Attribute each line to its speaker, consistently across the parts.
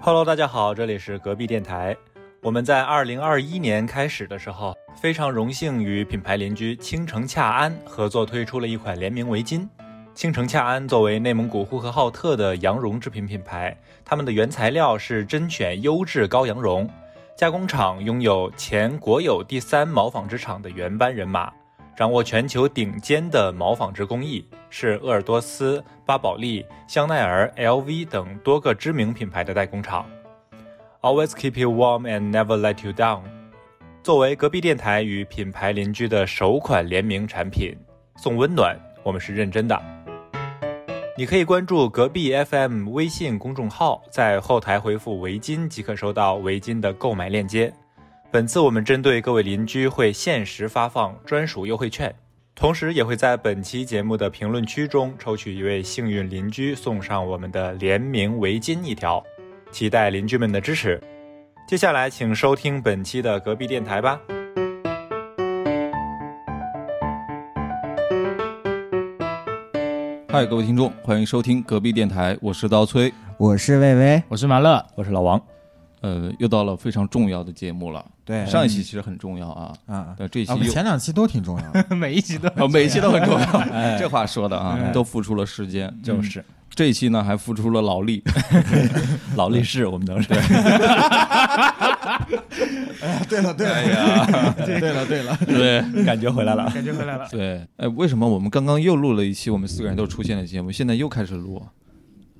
Speaker 1: Hello，大家好，这里是隔壁电台。我们在二零二一年开始的时候，非常荣幸与品牌邻居青城恰安合作推出了一款联名围巾。青城恰安作为内蒙古呼和浩特的羊绒制品品牌，他们的原材料是甄选优质羔羊绒，加工厂拥有前国有第三毛纺织厂的原班人马，掌握全球顶尖的毛纺织工艺，是鄂尔多斯、巴宝莉、香奈儿、LV 等多个知名品牌的代工厂。Always keep you warm and never let you down。作为隔壁电台与品牌邻居的首款联名产品，送温暖，我们是认真的。你可以关注隔壁 FM 微信公众号，在后台回复“围巾”即可收到围巾的购买链接。本次我们针对各位邻居会限时发放专属优惠券，同时也会在本期节目的评论区中抽取一位幸运邻居，送上我们的联名围巾一条。期待邻居们的支持。接下来，请收听本期的隔壁电台吧。
Speaker 2: 嗨，各位听众，欢迎收听隔壁电台，我是刀崔。
Speaker 3: 我是魏巍，
Speaker 4: 我是马乐，
Speaker 1: 我是老王，
Speaker 2: 呃，又到了非常重要的节目了。
Speaker 3: 对
Speaker 2: 上一期其实很重要啊，
Speaker 3: 啊，
Speaker 2: 但这一期
Speaker 3: 啊，
Speaker 2: 又
Speaker 3: 前两期都挺重要的，
Speaker 4: 每一集都
Speaker 2: 啊每一期都很重要，
Speaker 3: 哎
Speaker 2: 这话说的啊，都付出了时间。嗯
Speaker 1: 就是
Speaker 2: 这一期呢，还付出了劳力。
Speaker 1: 老力士，我们都是。
Speaker 3: 对了对
Speaker 2: 哎
Speaker 3: 了
Speaker 2: 呀，
Speaker 3: 对了对了，
Speaker 2: 对
Speaker 1: 感觉回来了。
Speaker 4: 感觉回来了。
Speaker 2: 对，哎，为什么我们刚刚又录了一期我们四个人都出现的节目，现在又开始录？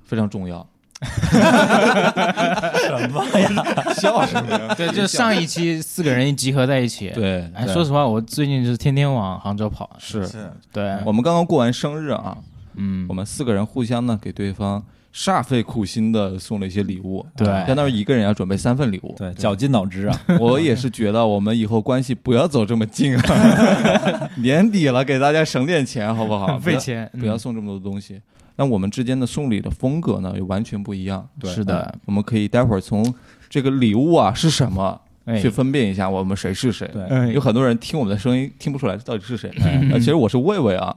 Speaker 2: 非常重要。
Speaker 1: 什么呀？
Speaker 2: 笑什么？
Speaker 4: 对，就上一期四个人集合在一起。，
Speaker 2: 对，
Speaker 4: 哎，
Speaker 2: 对
Speaker 4: 说实话，我最近就是天天往杭州跑。
Speaker 2: 是
Speaker 3: 是
Speaker 4: 对，
Speaker 2: 我们刚刚过完生日啊，
Speaker 4: 嗯
Speaker 2: 我，们四个人互相呢给对方煞费苦心的送了一些礼物，
Speaker 4: 对
Speaker 2: 相当于一个人要准备三份礼物。
Speaker 1: 对，绞尽脑汁啊！
Speaker 2: 我也是觉得我们以后关系不要走这么近啊， 年底了，给大家省点钱好不好？
Speaker 4: 很 费钱，
Speaker 2: 不要，不要
Speaker 4: 嗯
Speaker 2: 送这么多东西。那我们之间的送礼的风格呢，也完全不一样。
Speaker 1: 对
Speaker 4: 是的，
Speaker 2: 我们可以待会儿从这个礼物啊是什么
Speaker 4: 哎
Speaker 2: 去分辨一下我们谁是谁。
Speaker 1: 对
Speaker 4: 哎
Speaker 2: 有很多人听我们的声音听不出来到底是谁，呃其实我是魏魏啊，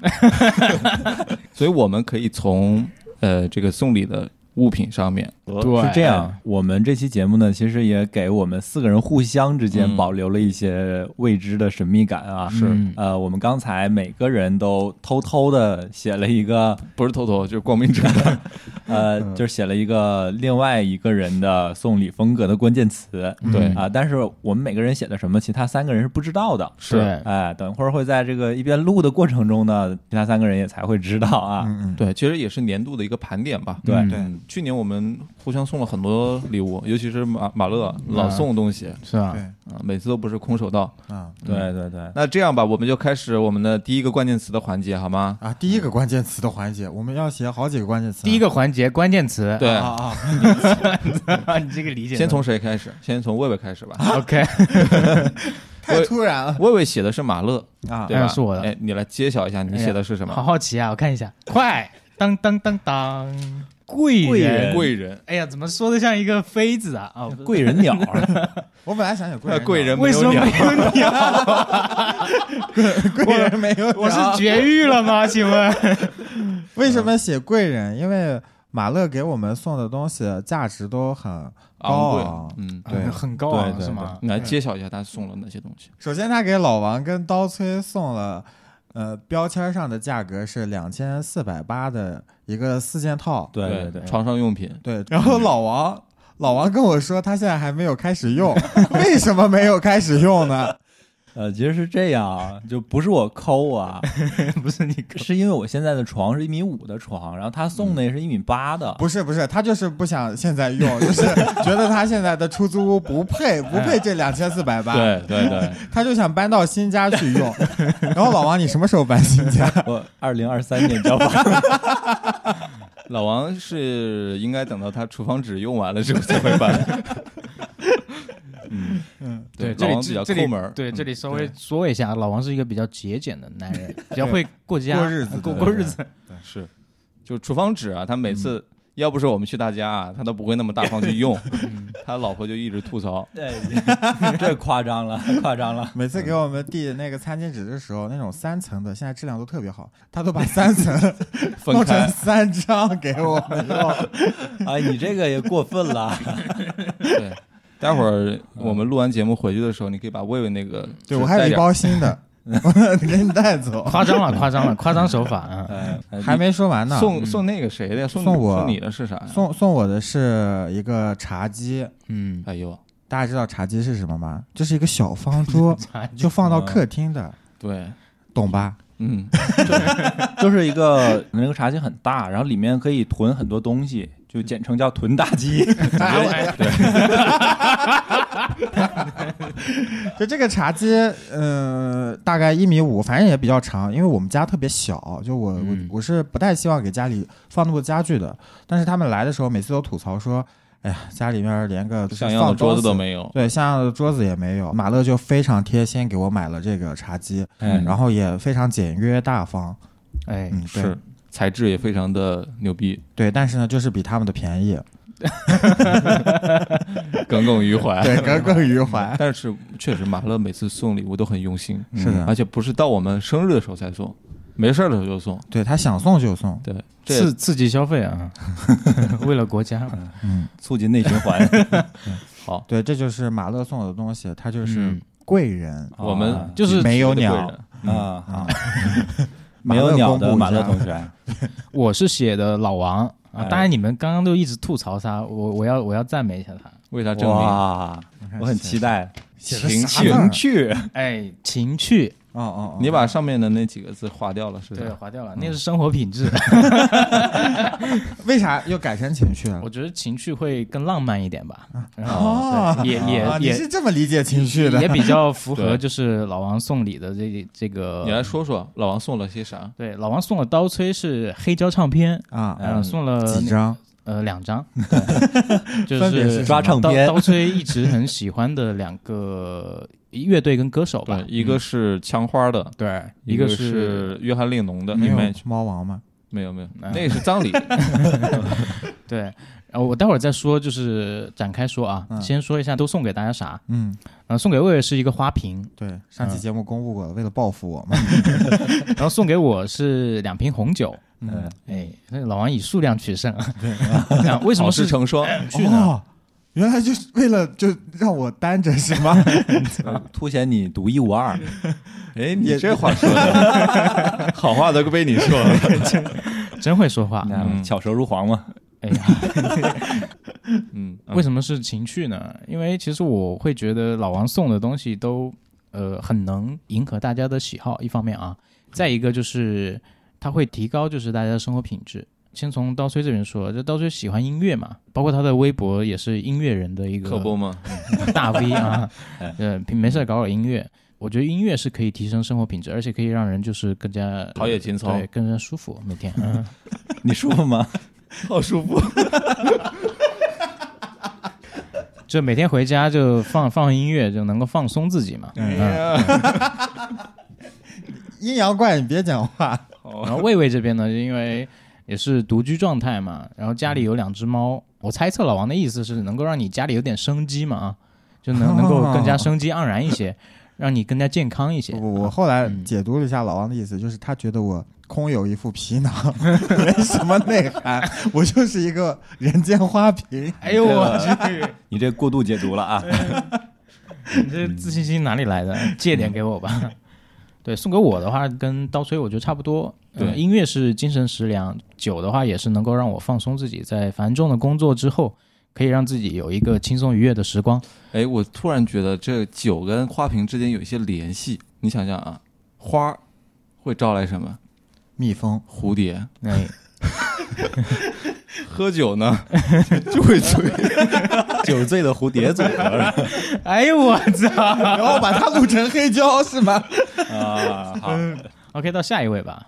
Speaker 2: 所以我们可以从呃这个送礼的物品上面，
Speaker 4: 对
Speaker 1: 是这样，我们这期节目呢，其实也给我们四个人互相之间
Speaker 2: 嗯
Speaker 1: 保留了一些未知的神秘感啊。
Speaker 2: 是
Speaker 4: 嗯
Speaker 1: 呃，我们刚才每个人都偷偷的写了一个，
Speaker 2: 不是偷偷就是光明正大，
Speaker 1: 呃，
Speaker 3: 嗯
Speaker 1: 就是写了一个另外一个人的送礼风格的关键词。
Speaker 2: 对
Speaker 1: 啊，但是我们每个人写的什么，其他三个人是不知道的。
Speaker 4: 对
Speaker 1: 哎，等会儿会在这个一边录的过程中呢，其他三个人也才会知道啊。
Speaker 3: 嗯嗯，
Speaker 2: 对，其实也是年度的一个盘点吧。
Speaker 1: 对
Speaker 4: 嗯
Speaker 3: 对
Speaker 2: 嗯去年我们互相送了很多礼物，尤其是马马乐老送东西啊、
Speaker 4: 是吧？
Speaker 3: 对
Speaker 2: 每次都不是空手道。
Speaker 3: 啊
Speaker 1: 对对对，
Speaker 2: 那这样吧，我们就开始我们的第一个关键词的环节，好吗？
Speaker 3: 啊，第一个关键词的环节，我们要写好几个关键词，
Speaker 4: 第一个环节关键词，
Speaker 2: 对，
Speaker 3: 啊啊，
Speaker 4: 啊你这个理解，
Speaker 2: 先从谁开始？先从魏魏开始吧。
Speaker 4: OK，
Speaker 3: 太突然了
Speaker 2: 魏魏写的是马乐，
Speaker 3: 啊，
Speaker 2: 对吧？
Speaker 4: 哎是我的
Speaker 2: 哎，你来揭晓一下，你写的是什
Speaker 4: 好
Speaker 2: 么？
Speaker 4: 好奇啊，我看一下，快，当当当当，贵
Speaker 1: 贵人
Speaker 2: 贵人，
Speaker 4: 哎呀，怎么说的像一个妃子啊？哦，
Speaker 1: 贵人鸟，
Speaker 3: 我本来想写贵
Speaker 2: 那
Speaker 3: 人，
Speaker 2: 贵人
Speaker 4: 为什么
Speaker 2: 没有
Speaker 4: 没
Speaker 2: 鸟
Speaker 4: 有鸟？
Speaker 3: 贵人没有鸟，啊
Speaker 4: 我是绝育了吗？请问？
Speaker 3: 为什么写贵人？因为马乐给我们送的东西价值都很
Speaker 2: 昂
Speaker 3: 高
Speaker 2: 贵
Speaker 3: 昂。
Speaker 2: 嗯，
Speaker 3: 对
Speaker 4: 啊 很高昂
Speaker 1: 对对
Speaker 4: 是吗？
Speaker 2: 你来揭晓一下他送了哪些东西？
Speaker 3: 首先，他给老王跟刀崔送了，呃，标签上的价格是两千四百八的一个四件套，
Speaker 1: 对对对，
Speaker 2: 床上用品，
Speaker 3: 对， 然后老王，老王跟我说他现在还没有开始 用，为什么没有开始用呢？
Speaker 1: 呃，其实是这样啊，就不是我抠 啊，
Speaker 4: 不是你
Speaker 1: 是因为我现在的床是一米五的床，然后他送的也是一米八的，
Speaker 3: 嗯不是不是，他就是不想现在用， 就是觉得他现在的出租屋不配不配这两千四百八，
Speaker 2: 对对，
Speaker 3: 他就想搬到新家去 用。然后老王，你什么时候搬新家？
Speaker 1: 我二零二三年交房，
Speaker 2: 老王是应该等到他厨房纸用完了之后才会 搬。嗯嗯，
Speaker 4: 对，这
Speaker 2: 老
Speaker 4: 里
Speaker 2: 王比较
Speaker 4: 这里
Speaker 2: 抠门儿，
Speaker 4: 对，这
Speaker 2: 嗯
Speaker 4: 里稍微说一下，老王是一个比较节俭的男人，比较会过家
Speaker 3: 过日子
Speaker 4: 过
Speaker 3: 的
Speaker 4: 过日子。
Speaker 2: 是，就厨房纸啊，他每次要不是我们去他家啊，他都不会那么大方 去用。嗯他老婆就一直吐 槽，
Speaker 1: 对，这夸张了，夸张了。
Speaker 3: 每次给我们递那个餐巾纸的时候，那种三层的，现在质量都特别好，他都把三层
Speaker 2: 分
Speaker 3: 弄成
Speaker 2: 开
Speaker 3: 三张给我们用。
Speaker 1: 啊，你这个也过分 了。
Speaker 2: 对。待会儿我们录完节目回去的时候，你可以把魏魏那个
Speaker 3: 对，我还有一包新的， 给你带 走。
Speaker 4: 夸张了，夸张了，夸张手法啊！
Speaker 2: 哎，哎
Speaker 3: 还没说完呢，
Speaker 2: 送送那个谁的呀？送
Speaker 3: 送我
Speaker 2: 送你的是啥呀？
Speaker 3: 送送我的是一个茶几，
Speaker 4: 嗯，，
Speaker 2: 哎呦，
Speaker 3: 大家知道茶几是什么吗？就是一个小方桌
Speaker 4: 茶
Speaker 3: 就放到客厅
Speaker 2: 嗯
Speaker 3: 的，
Speaker 2: 对，
Speaker 3: 懂吧？
Speaker 2: 嗯，
Speaker 1: 就是一个那个茶几很大，然后里面可以囤很多东西，就简称叫囤大 机。
Speaker 3: 就这个茶几，呃，大概一米五，反正也比较长，因为我们家特别小，就我、
Speaker 4: 嗯
Speaker 3: 我我是不太希望给家里放那么多家具的。但是他们来的时候，每次都吐槽说，哎呀，家里面连个
Speaker 2: 像样的
Speaker 3: 放
Speaker 2: 桌子都
Speaker 3: 没。
Speaker 2: 没有。
Speaker 3: 对，像样的桌子也没有。马乐就非常贴心给我买了这个茶几，
Speaker 1: 哎
Speaker 3: 嗯然后也非常简约大方。
Speaker 4: 哎，
Speaker 3: 嗯，对
Speaker 2: 是材质也非常的牛逼，
Speaker 3: 对，但是呢，就是比他们的便宜，
Speaker 2: 耿耿于怀。
Speaker 3: 对，耿耿于 怀。
Speaker 2: 但是确实，马乐每次送礼物都很用心，嗯
Speaker 3: 是的
Speaker 2: 而且不是到我们生日的时候才送，没事儿的时候就送。
Speaker 3: 对他想送就送，
Speaker 2: 对，这
Speaker 4: 刺刺激消费啊！ 为了国家，
Speaker 1: 促进内循 环。
Speaker 2: 好，
Speaker 3: 对，这就是马乐送我的东西，他就是
Speaker 4: 嗯
Speaker 3: 贵人，啊
Speaker 2: 我们
Speaker 4: 就是
Speaker 3: 没有
Speaker 2: 是贵
Speaker 3: 鸟
Speaker 2: 人，
Speaker 1: 啊， 好
Speaker 3: 嗯马
Speaker 1: 没有
Speaker 3: 乐
Speaker 1: 鸟
Speaker 3: 公布
Speaker 1: 的
Speaker 3: 一
Speaker 1: 马乐
Speaker 3: 下
Speaker 1: 同学，
Speaker 4: 我是写的老王啊，
Speaker 1: 哎
Speaker 4: 当然你们刚刚都一直吐槽他，我我要我要赞美一下他。
Speaker 2: 为他证明
Speaker 1: 哇，我很期待
Speaker 3: 写的
Speaker 2: 情
Speaker 3: 啥
Speaker 2: 趣
Speaker 3: 字儿啊
Speaker 1: 情趣。
Speaker 4: 哎，情趣，
Speaker 3: 哦哦，哦
Speaker 2: 你把上面的那几个字划掉了，是
Speaker 4: 对，啊
Speaker 2: 吧？
Speaker 4: 划掉了，那是生活品质。
Speaker 3: 为啥又改成情趣了？
Speaker 4: 我觉得情趣会更浪漫一点吧，然
Speaker 3: 哦
Speaker 4: 后对也
Speaker 3: 啊
Speaker 4: 也
Speaker 3: 你
Speaker 4: 也
Speaker 3: 是这么理解情趣的
Speaker 4: 也？比较符合
Speaker 2: 对
Speaker 4: 就是老王送礼的这这
Speaker 2: 你来
Speaker 4: 个。
Speaker 2: 说说老王送了些啥？
Speaker 4: 对，老王送了刀崔是黑胶唱片，
Speaker 3: 啊，
Speaker 4: 嗯，送了
Speaker 3: 几张？
Speaker 4: 呃两 张，就
Speaker 3: 分别是
Speaker 4: 是
Speaker 3: 什么
Speaker 1: 抓唱
Speaker 4: 刀
Speaker 1: 片
Speaker 4: 刀崔一直很喜欢的两个乐队跟歌手吧嗯
Speaker 2: 对，，一个是枪花的，
Speaker 4: 对，
Speaker 2: 一
Speaker 4: 一个
Speaker 2: 是约翰列侬的
Speaker 3: 没有
Speaker 2: image，
Speaker 3: 猫王吗？
Speaker 2: 没有没有，
Speaker 4: 嗯
Speaker 2: 那个是葬礼，
Speaker 4: 对，然后我待会儿再说，就是展开说啊，
Speaker 3: 嗯
Speaker 4: 先说一下都送给大家啥，
Speaker 3: 嗯，
Speaker 4: 呃，送给魏魏是一个花 瓶，
Speaker 3: 对，上期
Speaker 4: 嗯
Speaker 3: 节目公布过了，为了报复我嘛。
Speaker 4: 然后送给我是两瓶红酒，
Speaker 3: 嗯，
Speaker 4: 哎，那老王以数量取胜， 啊为什么
Speaker 2: 好事
Speaker 4: 是
Speaker 2: 成双，
Speaker 3: 哦，原来就是为了就让我单着是吗？
Speaker 1: 呃凸显你独一无二，
Speaker 2: 哎，你这 话说的，好话都被你说了。
Speaker 4: 真会说话？
Speaker 1: 那嗯巧舌如簧嘛。
Speaker 4: 哎呀，
Speaker 2: 嗯，
Speaker 4: 为什么是情趣呢？因为其实我会觉得老王送的东西都呃很能迎合大家的喜好，一方面啊，再一个就是他会提高就是大家的生活品质。先从刀崔这边说，这刀崔喜欢音乐嘛，包括他的微博也是音乐人的一个
Speaker 2: 可不吗？
Speaker 4: 大 V 啊
Speaker 1: 哎，
Speaker 4: 呃，平没事搞搞音乐。我觉得音乐是可以提升生活品质，而且可以让人就是更加
Speaker 2: 陶冶情操
Speaker 4: 对，更加舒服每天。嗯
Speaker 1: 你舒服吗？
Speaker 2: 好舒服。
Speaker 4: 就每天回家就放放音乐，就能够放松自己嘛。嗯，
Speaker 3: 阴阳怪，你别讲话。
Speaker 4: 然后魏魏这边呢，就因为也是独居状态嘛，然后家里有两只猫，我猜测老王的意思是能够让你家里有点生机嘛，啊，就能 能够更加生机盎然一些，让你更加健康一些
Speaker 3: 不。不，
Speaker 2: 啊
Speaker 3: 我后来
Speaker 2: 嗯
Speaker 3: 解读了一下老王的意思，就是他觉得我空有一副皮囊， 没什么内涵，我就是一个人间花瓶。
Speaker 4: 哎呦我去，
Speaker 1: 你这过度解读了啊！
Speaker 4: 你这自信心哪里来的？借点给我吧。 对，送给我的话跟刀崔我觉得差不多。呃
Speaker 2: 对
Speaker 4: 音乐是精神食粮，酒的话也是能够让我放松自己，在繁重的工作之后，可以让自己有一个轻松愉悦的时光。
Speaker 2: 哎，我突然觉得这酒跟花瓶之间有一些联系。你想想啊，花儿会招来什么？
Speaker 3: 蜜蜂，
Speaker 2: 蝴蝶。
Speaker 4: 哎，
Speaker 2: 喝酒 呢，就会醉。
Speaker 1: 酒醉的蝴蝶嘴 了
Speaker 4: 哎呦我操！
Speaker 3: 然后把它录成黑胶是吗？
Speaker 1: 啊！好，
Speaker 4: OK，到下一位吧。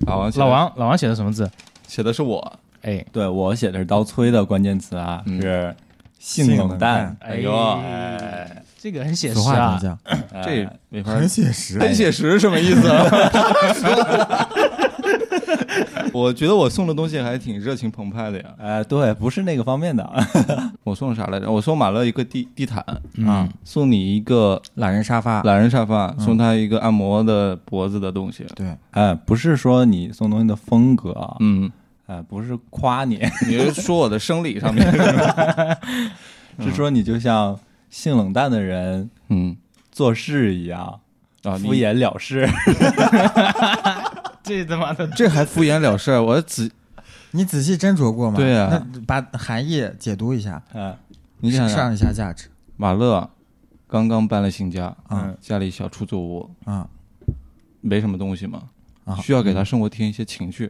Speaker 2: 老王，
Speaker 4: 老王，老王写的什么字？
Speaker 2: 写的是我。
Speaker 4: 哎，
Speaker 1: 对我写的是刀崔的关键词啊，
Speaker 2: 嗯
Speaker 1: 是性冷
Speaker 3: 冷淡
Speaker 1: 淡。
Speaker 2: 哎呦
Speaker 4: 哎这个很写
Speaker 3: 此
Speaker 4: 实
Speaker 3: 话怎么
Speaker 4: 啊。
Speaker 3: 讲？
Speaker 1: 哎
Speaker 2: 这没法，
Speaker 3: 很写 实。
Speaker 2: 很写实是什么意思啊？我觉得我送的东西还挺热情澎湃的呀。
Speaker 1: 哎，对，不是那个方面的 啊。
Speaker 2: 我送了啥来着？我送马乐一个地地毯，
Speaker 4: 嗯，
Speaker 2: 送你一个
Speaker 3: 懒人沙发，
Speaker 2: 懒人沙发，送他一个按摩的脖子的东西。
Speaker 3: 对，
Speaker 1: 哎，不是说你送东西的风格啊，
Speaker 2: 嗯，
Speaker 1: 哎，不是夸你，
Speaker 2: 你是说我的生理上 面？
Speaker 1: 是说你就像性冷淡的人
Speaker 2: 嗯
Speaker 1: 做事一样，
Speaker 2: 啊，
Speaker 1: 敷衍了事。
Speaker 4: 这他妈的
Speaker 2: 你，这还敷衍了事儿？我只
Speaker 3: 你仔细斟酌过吗？
Speaker 2: 对啊
Speaker 3: 那把含义解读一下，
Speaker 1: 哎，
Speaker 2: 你想想
Speaker 3: 上一下价值
Speaker 2: 马乐刚刚搬了新家，
Speaker 3: 嗯，
Speaker 2: 家里小出租屋，
Speaker 3: 啊，
Speaker 2: 没什么东西嘛
Speaker 3: 啊，
Speaker 2: 需要给他生活添一些情趣，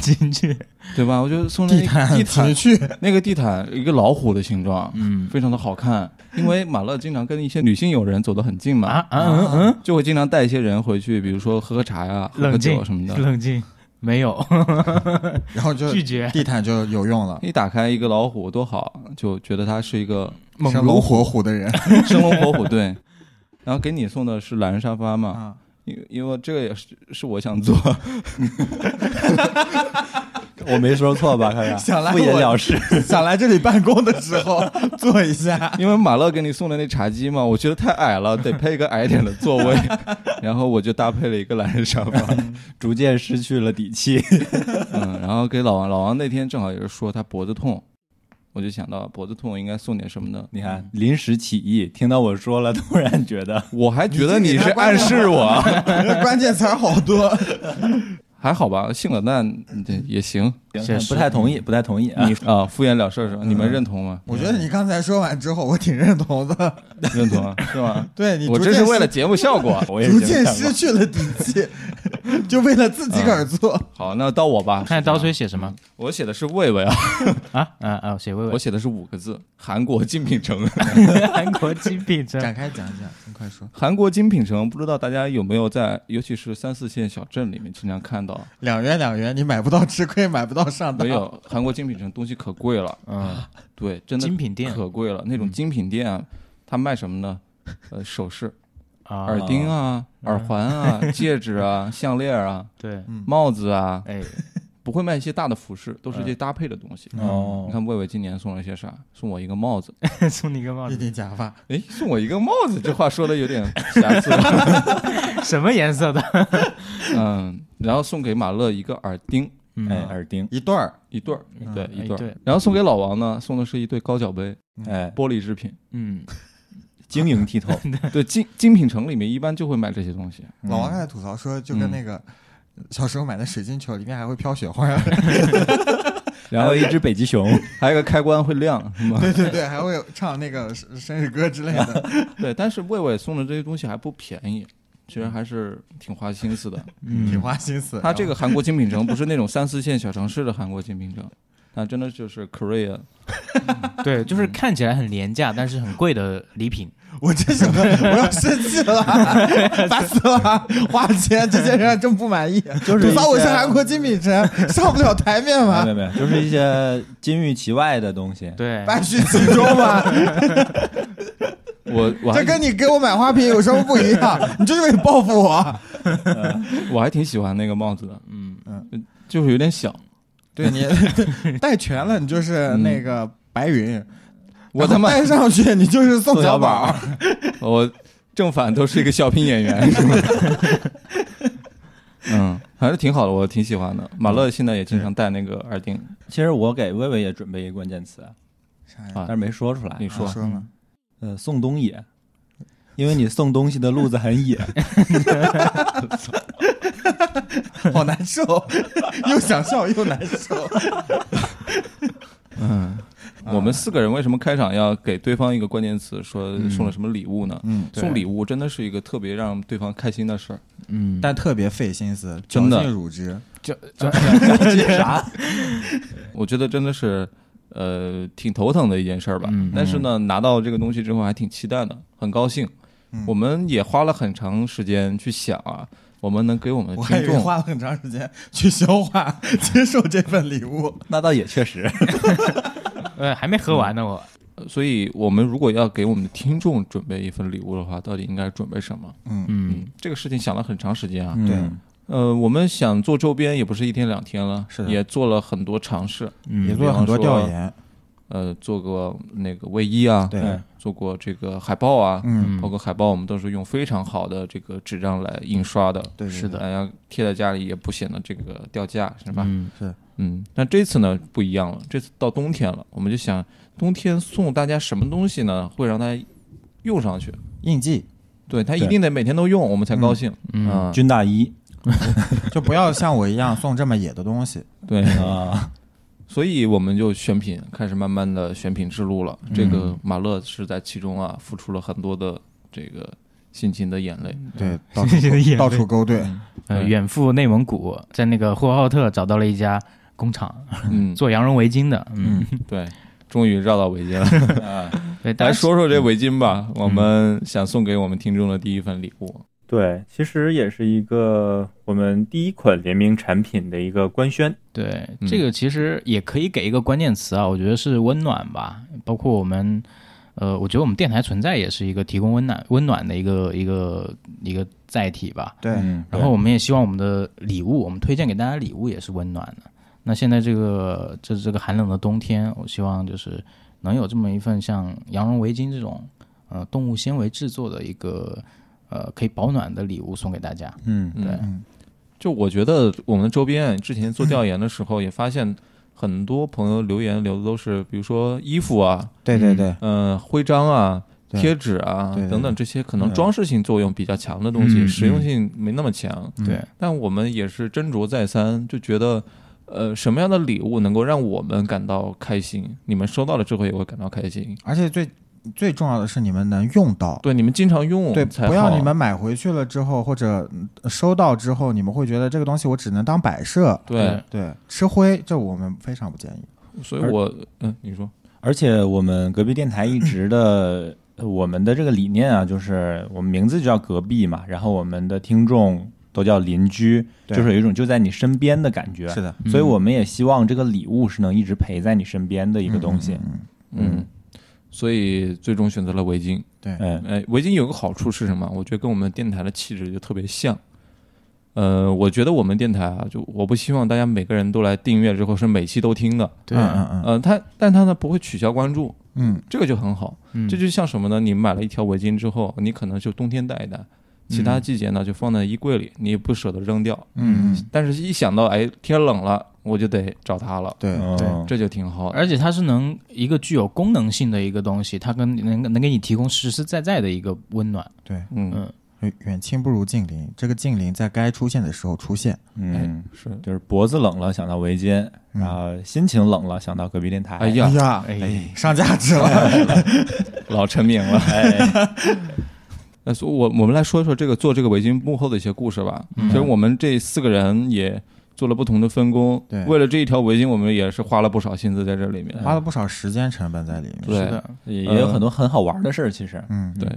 Speaker 4: 进去，
Speaker 2: 对吧？我就送了一
Speaker 3: 地
Speaker 2: 个
Speaker 3: 毯
Speaker 2: 嗯地
Speaker 3: 情
Speaker 2: 毯，
Speaker 3: 趣，
Speaker 2: 那个地毯一个老虎的形状，
Speaker 4: 嗯
Speaker 2: 非常的好 看。因为马乐经常跟一些女性友人走得很近嘛，
Speaker 4: 啊啊嗯嗯，
Speaker 2: 就会经常带一些人回去，比如说喝喝茶呀、喝喝
Speaker 4: 冷静
Speaker 2: 酒什么的。
Speaker 4: 冷静，没有
Speaker 3: 然后就
Speaker 4: 拒绝，
Speaker 3: 地毯就有用 了，
Speaker 2: 一打开一个老虎多好，就觉得他是一个
Speaker 4: 猛
Speaker 3: 生龙
Speaker 4: 如
Speaker 3: 活虎的人
Speaker 2: 生龙活虎，对。然后给你送的是懒人沙发嘛，
Speaker 3: 啊，
Speaker 2: 因因为这个也是是我想做，
Speaker 1: 我没说错吧？看看，
Speaker 3: 想来
Speaker 1: 敷衍
Speaker 3: 我
Speaker 1: 了事。
Speaker 3: 想来这里办公的时候坐 一下，
Speaker 2: 因为马乐给你送的那茶几嘛，我觉得太矮了，得配一个矮点的座位， 然后我就搭配了一个懒人沙发，
Speaker 1: 逐渐失去了底气。
Speaker 2: 嗯，然后给老王，老王那天正好也是说他脖子痛，我就想到脖子痛应该送点什么呢？
Speaker 1: 你看，临时起意，听到我说了，突然觉得
Speaker 2: 我还觉得
Speaker 3: 你
Speaker 2: 你
Speaker 3: 这个
Speaker 2: 是
Speaker 3: 关
Speaker 2: 暗
Speaker 3: 键
Speaker 2: 示我，
Speaker 3: 关键词儿好多，
Speaker 2: 还好吧，性冷淡对也行
Speaker 4: 确实
Speaker 1: 不太同意，不太同意啊。
Speaker 2: 啊，敷衍了事儿是吧？
Speaker 4: 嗯
Speaker 2: 你们认同吗？
Speaker 3: 我觉得你刚才说完之后，我挺认同的，
Speaker 2: 认同 啊是吗？
Speaker 3: 对你
Speaker 2: 我
Speaker 3: 逐
Speaker 2: 这
Speaker 3: 渐
Speaker 2: 是为
Speaker 3: 失
Speaker 2: 了节目效果。
Speaker 1: 我也
Speaker 3: 逐
Speaker 1: 这么
Speaker 3: 渐
Speaker 1: 想
Speaker 3: 失去了底嗯气，就为了自己个儿做。
Speaker 2: 好，那到我吧。
Speaker 4: 看刀吹写什么
Speaker 2: 我写的是魏魏啊，
Speaker 4: 啊啊啊！写魏
Speaker 2: 我
Speaker 4: 魏，
Speaker 2: 写的是五个字：韩国精品城。
Speaker 4: 韩国精品真
Speaker 3: 展开讲一讲，你快说。
Speaker 2: 韩国精品城，不知道大家有没有在，尤其是三四线小镇里面经常看到？
Speaker 3: 两元两元，你买不到吃亏，买不到上当。
Speaker 2: 没有，韩国精品城东西可贵了，
Speaker 4: 嗯，
Speaker 2: 对，真的
Speaker 4: 精品店嗯
Speaker 2: 可贵了。那种精品店啊，它卖什么呢？呃，首饰、
Speaker 4: 啊，嗯
Speaker 2: 耳钉啊、耳环啊、戒指 啊、项链啊、
Speaker 4: 对，
Speaker 2: 帽子啊，
Speaker 4: 哎，
Speaker 2: 不会卖一些大的服饰，都
Speaker 4: 嗯
Speaker 2: 是一些搭配的东西。
Speaker 3: 嗯
Speaker 1: 哦
Speaker 2: 你，看魏魏今年送了些啥？送我一个帽子，
Speaker 4: 哎 送你个帽
Speaker 3: 一
Speaker 4: 子，
Speaker 3: 顶假发，
Speaker 2: 哎，送我一个帽子，这话说的有点 瑕疵了。
Speaker 4: 什么颜色的？
Speaker 2: 嗯，然后送给马乐一个耳钉，
Speaker 4: 嗯
Speaker 1: 哎，耳钉，
Speaker 3: 一对儿，
Speaker 2: 一对儿，对，一对
Speaker 4: 一对
Speaker 2: 儿。然后送给老王呢，送的是一对高脚杯，
Speaker 1: 哎，
Speaker 2: 玻璃制品。
Speaker 4: 嗯，
Speaker 1: 晶莹剔透。
Speaker 2: 对，精精品城里面一般就会卖这些东西。
Speaker 3: 老王刚才吐槽说，就跟那个小时候买的水晶球，里面还会飘雪花，
Speaker 1: 然后一只北极熊，
Speaker 2: 还有一个开关会亮，是吗？
Speaker 3: 对对对，还会唱那个生生日歌之类的。
Speaker 2: 对，但是魏魏送的这些东西还不便宜，其实还是挺花心思的。
Speaker 3: 挺花心思。
Speaker 2: 他这个韩国精品城不是那种三四线小城市的韩国精品城，那真的就是 Korea
Speaker 4: 对，
Speaker 2: 嗯
Speaker 4: 就是看起来很廉价，但是很贵的礼品。
Speaker 3: 我真想，我要生气了，烦死了！花钱，这些人还真不满意。
Speaker 1: 就是
Speaker 3: 吐
Speaker 1: 一
Speaker 3: 槽我是
Speaker 1: 些
Speaker 3: 韩国精品城，上不了台面
Speaker 1: 没有
Speaker 3: 吗
Speaker 1: 没？有没有，就是一些金玉其外的东西。
Speaker 4: 对，
Speaker 3: 败絮其中吗？
Speaker 2: 我我还
Speaker 3: 这跟你给我买花瓶有什么不一 样？你就是为了报复我。
Speaker 2: 我还挺喜欢那个帽子的，
Speaker 4: 嗯
Speaker 2: 嗯，就是有点小。
Speaker 3: 对 你嗯戴全了，你就是那个白云；
Speaker 2: 我他妈
Speaker 3: 然后戴上去，你就是宋小
Speaker 2: 宋
Speaker 3: 宝。
Speaker 2: 我正反都是一个小品演员，是吧？嗯，还是挺好的，我挺喜欢的。马乐现在也经常戴那个耳钉，
Speaker 1: 其实我给薇薇也准备一个关键词，
Speaker 3: 啥
Speaker 2: 啊
Speaker 1: 但是没说出来
Speaker 2: 你。说，
Speaker 3: 说嘛，
Speaker 1: 呃，送东野，因为你送东西的路子很野。
Speaker 3: 好难 受，又想笑又难受。
Speaker 2: 嗯，我们四个人为什么开场要给对方一个关键词，说送了什么礼物呢？
Speaker 3: 嗯，
Speaker 2: 送礼物真的是一个特别让对方开心的事儿。
Speaker 4: 嗯，
Speaker 3: 但特别费心思，
Speaker 2: 真的
Speaker 3: 绞尽乳汁。
Speaker 4: 就
Speaker 1: 啥？
Speaker 2: 我觉得真的是，呃，挺头疼的一件事儿吧。
Speaker 4: 嗯
Speaker 2: 但是呢，拿到这个东西之后还挺期待的，很高兴。
Speaker 3: 嗯
Speaker 2: 我们也花了很长时间去想啊，我们能给我们
Speaker 3: 我
Speaker 2: 的
Speaker 3: 还
Speaker 2: 听
Speaker 3: 以为
Speaker 2: 众
Speaker 3: 花了很长时间去消化、接受这份礼物。
Speaker 1: 那倒也确实。
Speaker 4: 呃还没喝完呢，我
Speaker 2: 所以，我们如果要给我们的听众准备一份礼物的话，到底应该准备什么？
Speaker 3: 嗯，
Speaker 4: 嗯
Speaker 2: 这个事情想了很长时间啊。
Speaker 3: 对
Speaker 1: 嗯
Speaker 2: 呃，我们想做周边也不是一天两天了，
Speaker 3: 是的
Speaker 2: 也做了很多尝试，
Speaker 3: 也
Speaker 1: 嗯
Speaker 3: 做了很多调研，
Speaker 2: 呃，做过那个卫衣啊，
Speaker 4: 嗯
Speaker 3: 对，
Speaker 2: 做过这个海报啊，
Speaker 3: 嗯，
Speaker 2: 包括海报我们都是用非常好的这个纸张来印刷的，
Speaker 3: 对，
Speaker 4: 是的
Speaker 2: 大家贴在家里也不显得这个掉价，是吧？
Speaker 4: 嗯
Speaker 2: 嗯，那这次呢不一样了，这次到冬天了，我们就想冬天送大家什么东西呢，会让大家用上去？
Speaker 3: 印记
Speaker 2: 对他一
Speaker 1: 对
Speaker 2: 定得每天都用，我们才高兴。
Speaker 4: 嗯
Speaker 2: 啊
Speaker 1: 军大衣
Speaker 3: 就不要像我一样送这么野的东西，
Speaker 2: 对，
Speaker 1: 啊，
Speaker 2: 所以我们就选品，开始慢慢的选品之路了。这个马乐是在其中啊，付出了很多的这个辛勤的眼泪。
Speaker 3: 对， 到处
Speaker 4: 眼泪
Speaker 3: 到处勾兑，
Speaker 4: 呃，
Speaker 2: 对
Speaker 4: 远赴内蒙古，在那个呼和浩特找到了一家工厂
Speaker 2: 嗯，
Speaker 4: 做羊绒围巾的。嗯，
Speaker 2: 对，终于绕到围巾了。
Speaker 4: 对，当
Speaker 2: 来
Speaker 4: 然
Speaker 2: 说说这围巾吧，我们想送给我们听众的第一份礼物。
Speaker 5: 对，其实也是一个我们第一款联名产品的一个官宣。
Speaker 4: 对
Speaker 2: 嗯
Speaker 4: 这个其实也可以给一个关键词啊，我觉得是温暖吧，包括我们。呃，我觉得我们电台存在也是一个提供温暖温暖的一个一个一个载体吧。
Speaker 1: 嗯
Speaker 3: 对，
Speaker 4: 然后我们也希望我们的礼物，我们推荐给大家的礼物也是温暖的。那现在这个这这个寒冷的冬天，我希望就是能有这么一份像羊绒围巾这种呃动物纤维制作的一个呃可以保暖的礼物送给大家。
Speaker 3: 嗯，
Speaker 2: 对
Speaker 3: 嗯
Speaker 2: 就我觉得我们周边之前做调研的时候也发现，很多朋友留言留的都是，比如说衣服啊，
Speaker 3: 对对对，
Speaker 2: 嗯，徽章啊、
Speaker 3: 对
Speaker 2: 贴纸啊
Speaker 3: 对对对
Speaker 2: 等等这些可能
Speaker 3: 对
Speaker 2: 装饰性作用比较强的东西，
Speaker 4: 嗯
Speaker 2: 实用性没那么强。
Speaker 3: 嗯
Speaker 4: 对，
Speaker 2: 但我们也是斟酌再三，就觉得，呃，什么样的礼物能够让我们感到开心？你们收到了之后也会感到开心。
Speaker 3: 而且最最重要的是你们能用到，
Speaker 2: 对，你们经常用
Speaker 3: 对，
Speaker 2: 才好，
Speaker 3: 不要你们买回去了之后或者嗯收到之后，你们会觉得这个东西我只能当摆设，
Speaker 2: 对，
Speaker 3: 对，吃灰，这我们非常不建议。
Speaker 2: 所以我嗯，你说
Speaker 1: 而且我们隔壁电台一直 的，呃我们的这个理念啊，就是我们名字就叫隔壁嘛，然后我们的听众都叫邻居，
Speaker 3: 对
Speaker 1: 就是有一种就在你身边的感觉。
Speaker 3: 是的，
Speaker 1: 所以我们也希望这个礼物是能一直陪在你身边的一个东西。
Speaker 3: 嗯
Speaker 2: 嗯。所以最终选择了围巾。
Speaker 3: 对，
Speaker 1: 嗯，
Speaker 2: 哎，围巾有个好处是什么？我觉得跟我们电台的气质就特别像。呃，我觉得我们电台啊，就我不希望大家每个人都来订阅之后是每期都听的。
Speaker 4: 对，啊
Speaker 3: 嗯嗯
Speaker 2: 呃，它但它呢不会取消关注，
Speaker 3: 嗯
Speaker 2: 这个就很好。
Speaker 4: 嗯
Speaker 2: 这就像什么呢？你买了一条围巾之后，你可能就冬天戴一戴，其他季节呢就放在衣柜里，你也不舍得扔掉。
Speaker 3: 嗯嗯，
Speaker 2: 但是，一想到哎天冷了，我就得找它了，
Speaker 3: 对，
Speaker 1: 哦
Speaker 2: 这就挺好的。
Speaker 4: 而且它是能一个具有功能性的一个东西，它跟能能给你提供实实在在的一个温暖。
Speaker 3: 对，
Speaker 2: 嗯，
Speaker 4: 嗯，
Speaker 3: 远亲不如近邻，这个近邻在该出现的时候出现。
Speaker 1: 嗯，
Speaker 2: 是。
Speaker 1: 就是脖子冷了想到围巾，
Speaker 3: 嗯
Speaker 1: 然后心情冷了想到隔壁电台。
Speaker 2: 哎呀
Speaker 3: 哎呀，
Speaker 4: 哎，
Speaker 3: 上价值了。
Speaker 2: 老成名了。 那哎所以我我们来说一说这个做这个围巾幕后的一些故事吧。其实我们这四个人也做了不同的分工
Speaker 3: 对，
Speaker 2: 为了这一条围巾，我们也是花了不少心思在这里面。
Speaker 3: 花了不少时间成本在里面。
Speaker 2: 对
Speaker 4: 是的，
Speaker 1: 也也有
Speaker 2: 呃
Speaker 1: 很多很好玩的事儿，其实。
Speaker 3: 嗯，
Speaker 2: 对。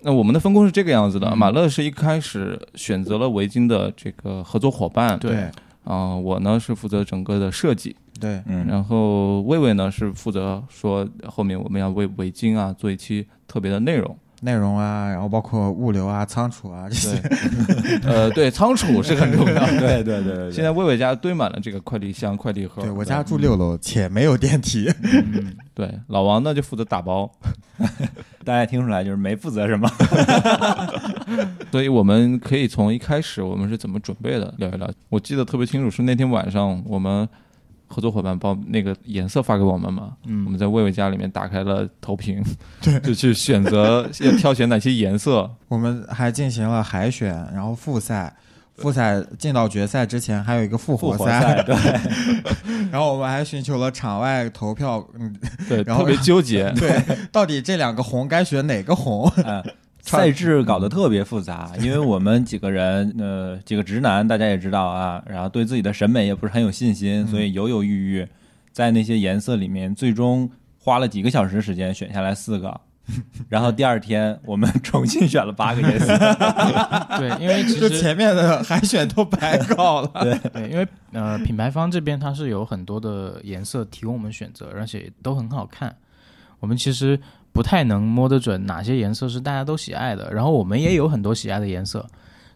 Speaker 2: 那我们的分工是这个样子的，马乐是一开始选择了围巾的这个合作伙伴，
Speaker 3: 对
Speaker 2: 啊、我呢是负责整个的设计，
Speaker 3: 对
Speaker 1: 嗯，
Speaker 2: 然后魏魏呢是负责说后面我们要为围巾啊做一期特别的内 容，
Speaker 3: 内容啊，然后包括物流啊、仓储啊这些。
Speaker 2: 呃，对，仓储是很重要 的，
Speaker 1: 对对对对
Speaker 2: 现在魏伟家堆满了这个快递箱、快递盒。
Speaker 3: 对我家住六楼，且没有电梯。
Speaker 2: 对老王呢就负责打包，
Speaker 1: 大家听出来就是没负责什么。
Speaker 2: 所以我们可以从一开始我们是怎么准备的聊一聊。我记得特别清楚，是那天晚上我们合作伙伴把那个颜色发给我们嘛，
Speaker 4: 嗯
Speaker 2: 我们在魏伟家里面打开了投屏， 对，就去选择要挑选哪些颜色。
Speaker 3: 我们还进行了海选，然后复赛。复赛进到决赛之前，还有一个复
Speaker 1: 复
Speaker 3: 活
Speaker 1: 活赛，对，
Speaker 3: 然后我们还寻求了场外投票，嗯，
Speaker 2: 对，
Speaker 3: 然后
Speaker 2: 特别纠结。
Speaker 3: 对，到底这两个红该选哪个红？
Speaker 1: 嗯，赛制搞得特别复 杂，因为我们几个人，呃，几个直男，大家也知道啊，然后对自己的审美也不是很有信心，所以犹犹豫豫，在那些颜色里面，最终花了几个小时时间选下来四 个，然后第二天我们重新选了八个颜色，
Speaker 4: 对，因为 其
Speaker 3: 就
Speaker 4: 实
Speaker 3: 前面的海选都白搞了。
Speaker 4: 对，因为呃，品牌方这边它是有很多的颜色提供我们选择，而且都很好看。我们其实不太能摸得准哪些颜色是大家都喜爱的，然后我们也有很多喜爱的颜色，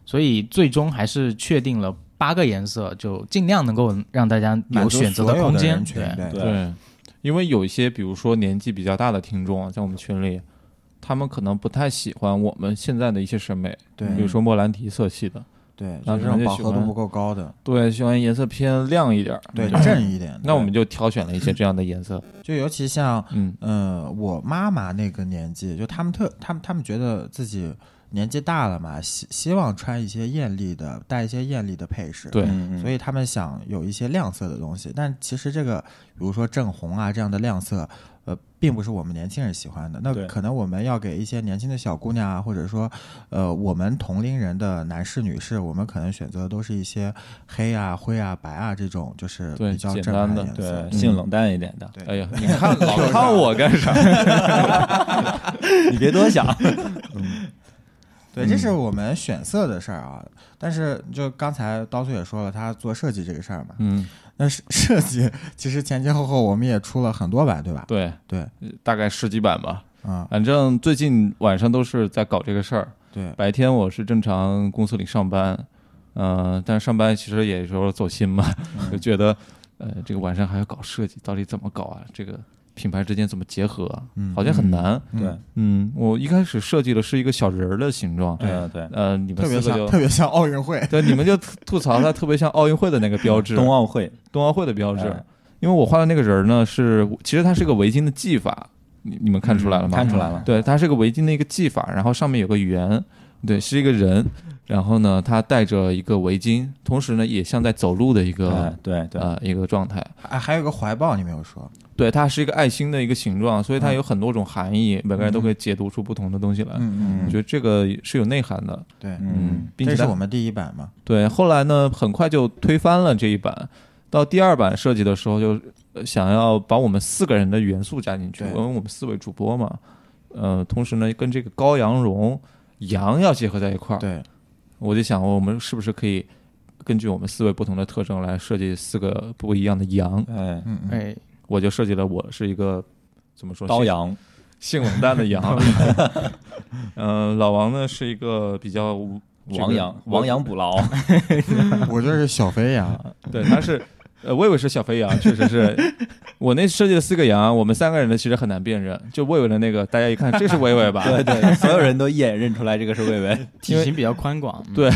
Speaker 4: 所以最终还是确定了八个颜色，就尽量能够让大家
Speaker 3: 满
Speaker 4: 有
Speaker 3: 足
Speaker 4: 选择
Speaker 3: 所有
Speaker 4: 空
Speaker 3: 的
Speaker 4: 间
Speaker 3: 人。群
Speaker 4: 对，
Speaker 3: 对
Speaker 1: 对
Speaker 2: 对，因为有一些比如说年纪比较大的听众啊，在我们群里，他们可能不太喜欢我们现在的一些审美，
Speaker 3: 对
Speaker 2: 比如说莫兰迪色系的，
Speaker 3: 对，
Speaker 2: 那
Speaker 3: 就是
Speaker 2: 可能就
Speaker 3: 那种饱
Speaker 2: 喜
Speaker 3: 和度
Speaker 2: 欢
Speaker 3: 不够高的，
Speaker 2: 对，喜欢颜色偏亮一点儿，
Speaker 3: 对
Speaker 2: 嗯
Speaker 3: 正一点。
Speaker 2: 那我们就挑选了一些这样的颜 色，
Speaker 3: 就尤其像
Speaker 2: 嗯，
Speaker 3: 呃，我妈妈那个年纪，就他们特他们他们觉得自己年纪大了嘛，希希望穿一些艳丽的，带一些艳丽的配饰。
Speaker 2: 对
Speaker 1: 嗯嗯
Speaker 3: 所以他们想有一些亮色的东西，但其实这个，比如说正红啊这样的亮色，呃，并不是我们年轻人喜欢的。那
Speaker 1: 对
Speaker 3: 可能我们要给一些年轻的小姑娘啊，或者说，呃，我们同龄人的男士、女士，我们可能选择的都是一些黑啊、灰啊、白啊这种，就是
Speaker 2: 对
Speaker 3: 比较
Speaker 2: 简
Speaker 3: 正
Speaker 2: 单
Speaker 3: 派
Speaker 2: 的
Speaker 3: 颜色。
Speaker 1: 对，性冷淡一点的，
Speaker 2: 哎呀，你看老看我干 啥？
Speaker 1: 你别多想。
Speaker 3: 对，这
Speaker 2: 嗯
Speaker 3: 是我们选色的事儿啊。但是就刚才刀叔也说了，他做设计这个事儿嘛，
Speaker 2: 嗯，
Speaker 3: 那设 设计其实前前后后我们也出了很多版，对吧？
Speaker 2: 对，
Speaker 3: 对，
Speaker 2: 大概十几版吧。
Speaker 3: 嗯，
Speaker 2: 反正最近晚上都是在搞这个事儿，
Speaker 3: 对，
Speaker 2: 白天我是正常公司里上班，嗯，但是上班其实也有时候走心嘛， 就觉得，呃，这个晚上还要搞设计，到底怎么搞啊？这个品牌之间怎么结合啊？
Speaker 3: 嗯
Speaker 2: 好像很难。
Speaker 3: 嗯
Speaker 1: 对
Speaker 2: 嗯，我一开始设计的是一个小人儿的形状，
Speaker 1: 对对，
Speaker 2: 呃，你们
Speaker 3: 特别
Speaker 2: 四个
Speaker 3: 像
Speaker 2: 就
Speaker 3: 特别像奥运会。
Speaker 2: 对你们就吐吐槽它特别像奥运会的那个标志，
Speaker 1: 冬奥会
Speaker 2: 冬奥会的标志。
Speaker 1: 哎
Speaker 2: 因为我画的那个人儿呢，是其实它是个围巾的系法，你你们看出来了吗？
Speaker 1: 嗯看出来了，
Speaker 2: 对，它是个围巾的一个系法，然后上面有个圆，对，是一个人，然后呢，他戴着一个围巾，同时呢，也像在走路的一个、
Speaker 1: 哎对对
Speaker 2: 呃一个状态。
Speaker 3: 还啊还有个怀抱，你没有说？
Speaker 2: 对，它是一个爱心的一个形状，所以它有很多种含义，每个
Speaker 1: 嗯
Speaker 2: 人都可以解读出不同的东西来。
Speaker 3: 嗯
Speaker 2: 我觉得这个是有内涵的，
Speaker 3: 对，
Speaker 1: 嗯，
Speaker 2: 并且
Speaker 3: 这是
Speaker 2: 它
Speaker 3: 我们第一版嘛。
Speaker 2: 对，后来呢，很快就推翻了这一版。到第二版设计的时候，就呃想要把我们四个人的元素加进去，
Speaker 3: 对
Speaker 2: 因为我们四位主播嘛，呃，同时呢，跟这个羔羊绒羊要结合在一块儿。
Speaker 3: 对，
Speaker 2: 我就想，我们是不是可以根据我们四位不同的特征来设计四个不一样的羊？
Speaker 1: 哎，
Speaker 3: 嗯，嗯
Speaker 4: 哎，
Speaker 2: 我就设计了，我是一个怎么说
Speaker 1: 刀羊，
Speaker 2: 性性冷淡的羊， 呃，老王呢是一个比较这个
Speaker 1: 王羊，王羊捕捞，
Speaker 3: 嗯 我就是小肥羊。
Speaker 2: 对，他是，呃，魏魏是小肥羊，确实是我那设计的四个羊，我们三个人的其实很难辨认，就魏魏的那个，大家一看这是魏魏吧？
Speaker 1: 对 对，所有人都一眼认出来这个是魏巍，
Speaker 2: 因
Speaker 4: 体
Speaker 2: 为
Speaker 4: 型比较宽 广。嗯
Speaker 2: 对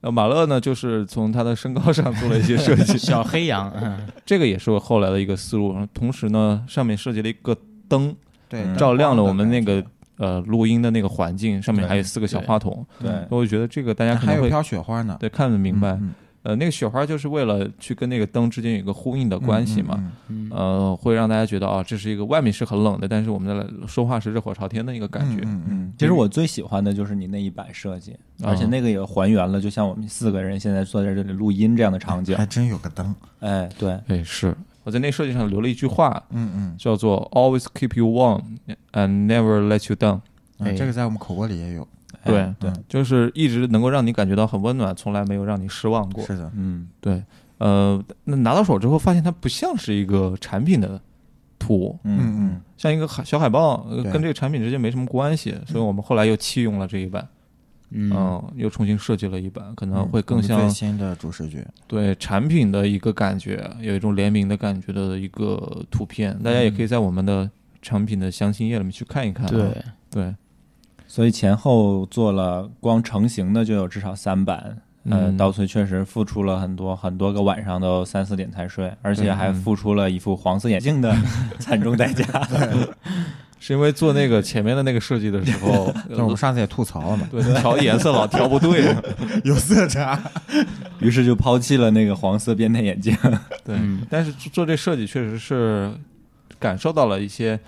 Speaker 2: 呃，马乐呢，就是从他的身高上做了一些设计，
Speaker 4: 小黑羊，嗯
Speaker 2: 这个也是我后来的一个思路。同时呢，上面设计了一个灯，
Speaker 3: 对
Speaker 1: 嗯，
Speaker 2: 照亮了我们那个呃录音的那个环境，上面还有四个小话筒，
Speaker 1: 对
Speaker 2: 我觉得这个大家
Speaker 3: 灯
Speaker 2: 可
Speaker 3: 光的感觉，还
Speaker 2: 能
Speaker 3: 有
Speaker 2: 会
Speaker 3: 飘雪花呢。
Speaker 2: 对看得明白。
Speaker 3: 嗯，嗯
Speaker 2: 呃，那个雪花就是为了去跟那个灯之间有一个呼应的关系嘛。
Speaker 3: 嗯嗯
Speaker 4: 嗯
Speaker 2: 呃，会让大家觉得啊，这是一个外面是很冷的，但是我们的说话是热火朝天的一个感觉。
Speaker 3: 嗯嗯
Speaker 1: 嗯，其实我最喜欢的就是你那一版设计，而且那个也还原了，就像我们四个人现在坐在这里录音这样的场景
Speaker 3: 嗯，。还真有个灯。
Speaker 1: 哎，对，
Speaker 2: 哎，是我在那设计上留了一句话，
Speaker 3: 嗯嗯
Speaker 2: 叫做 “always keep you warm and never let you down”，
Speaker 3: 嗯，
Speaker 4: 哎
Speaker 3: 这个在我们口播里也有。嗯
Speaker 1: 哎
Speaker 2: 对
Speaker 1: 对，
Speaker 2: 就是一直能够让你感觉到很温暖，从来没有让你失望过。
Speaker 3: 是的，
Speaker 1: 嗯，
Speaker 2: 对，呃，那拿到手之后发现它不像是一个产品的图，
Speaker 1: 嗯
Speaker 3: 嗯
Speaker 2: 像一个海小海报，呃
Speaker 3: 对嗯
Speaker 2: 跟这个产品之间没什么关系，所以我们后来又弃用了这一版，嗯、
Speaker 3: 哦
Speaker 4: 嗯，
Speaker 2: 又重新设计了一版，可
Speaker 3: 嗯，
Speaker 2: 能会更
Speaker 3: 我们
Speaker 2: 像
Speaker 3: 最新的主视觉。
Speaker 2: 对产品的一个感觉，有一种联名的感觉的一个图片，大家也可以在我们的产品的详情页里面去看一看啊。
Speaker 4: 对，
Speaker 2: 对，
Speaker 1: 所以前后做了光成型的就有至少三版。呃，
Speaker 2: 嗯
Speaker 1: 稻穗确实付出了很多，很多个晚上都三四点才睡，而且还付出了一副黄色眼镜的 惨重代价。
Speaker 2: 是因为做那个前面的那个设计的时 候，，
Speaker 3: 就是我们上次也吐槽了嘛
Speaker 2: 对调颜色老调不对，
Speaker 3: 有色差。
Speaker 1: 于是就抛弃了那个黄色变态眼镜。
Speaker 2: 对
Speaker 4: 嗯，
Speaker 2: 但是做这设计确实是感受到了一些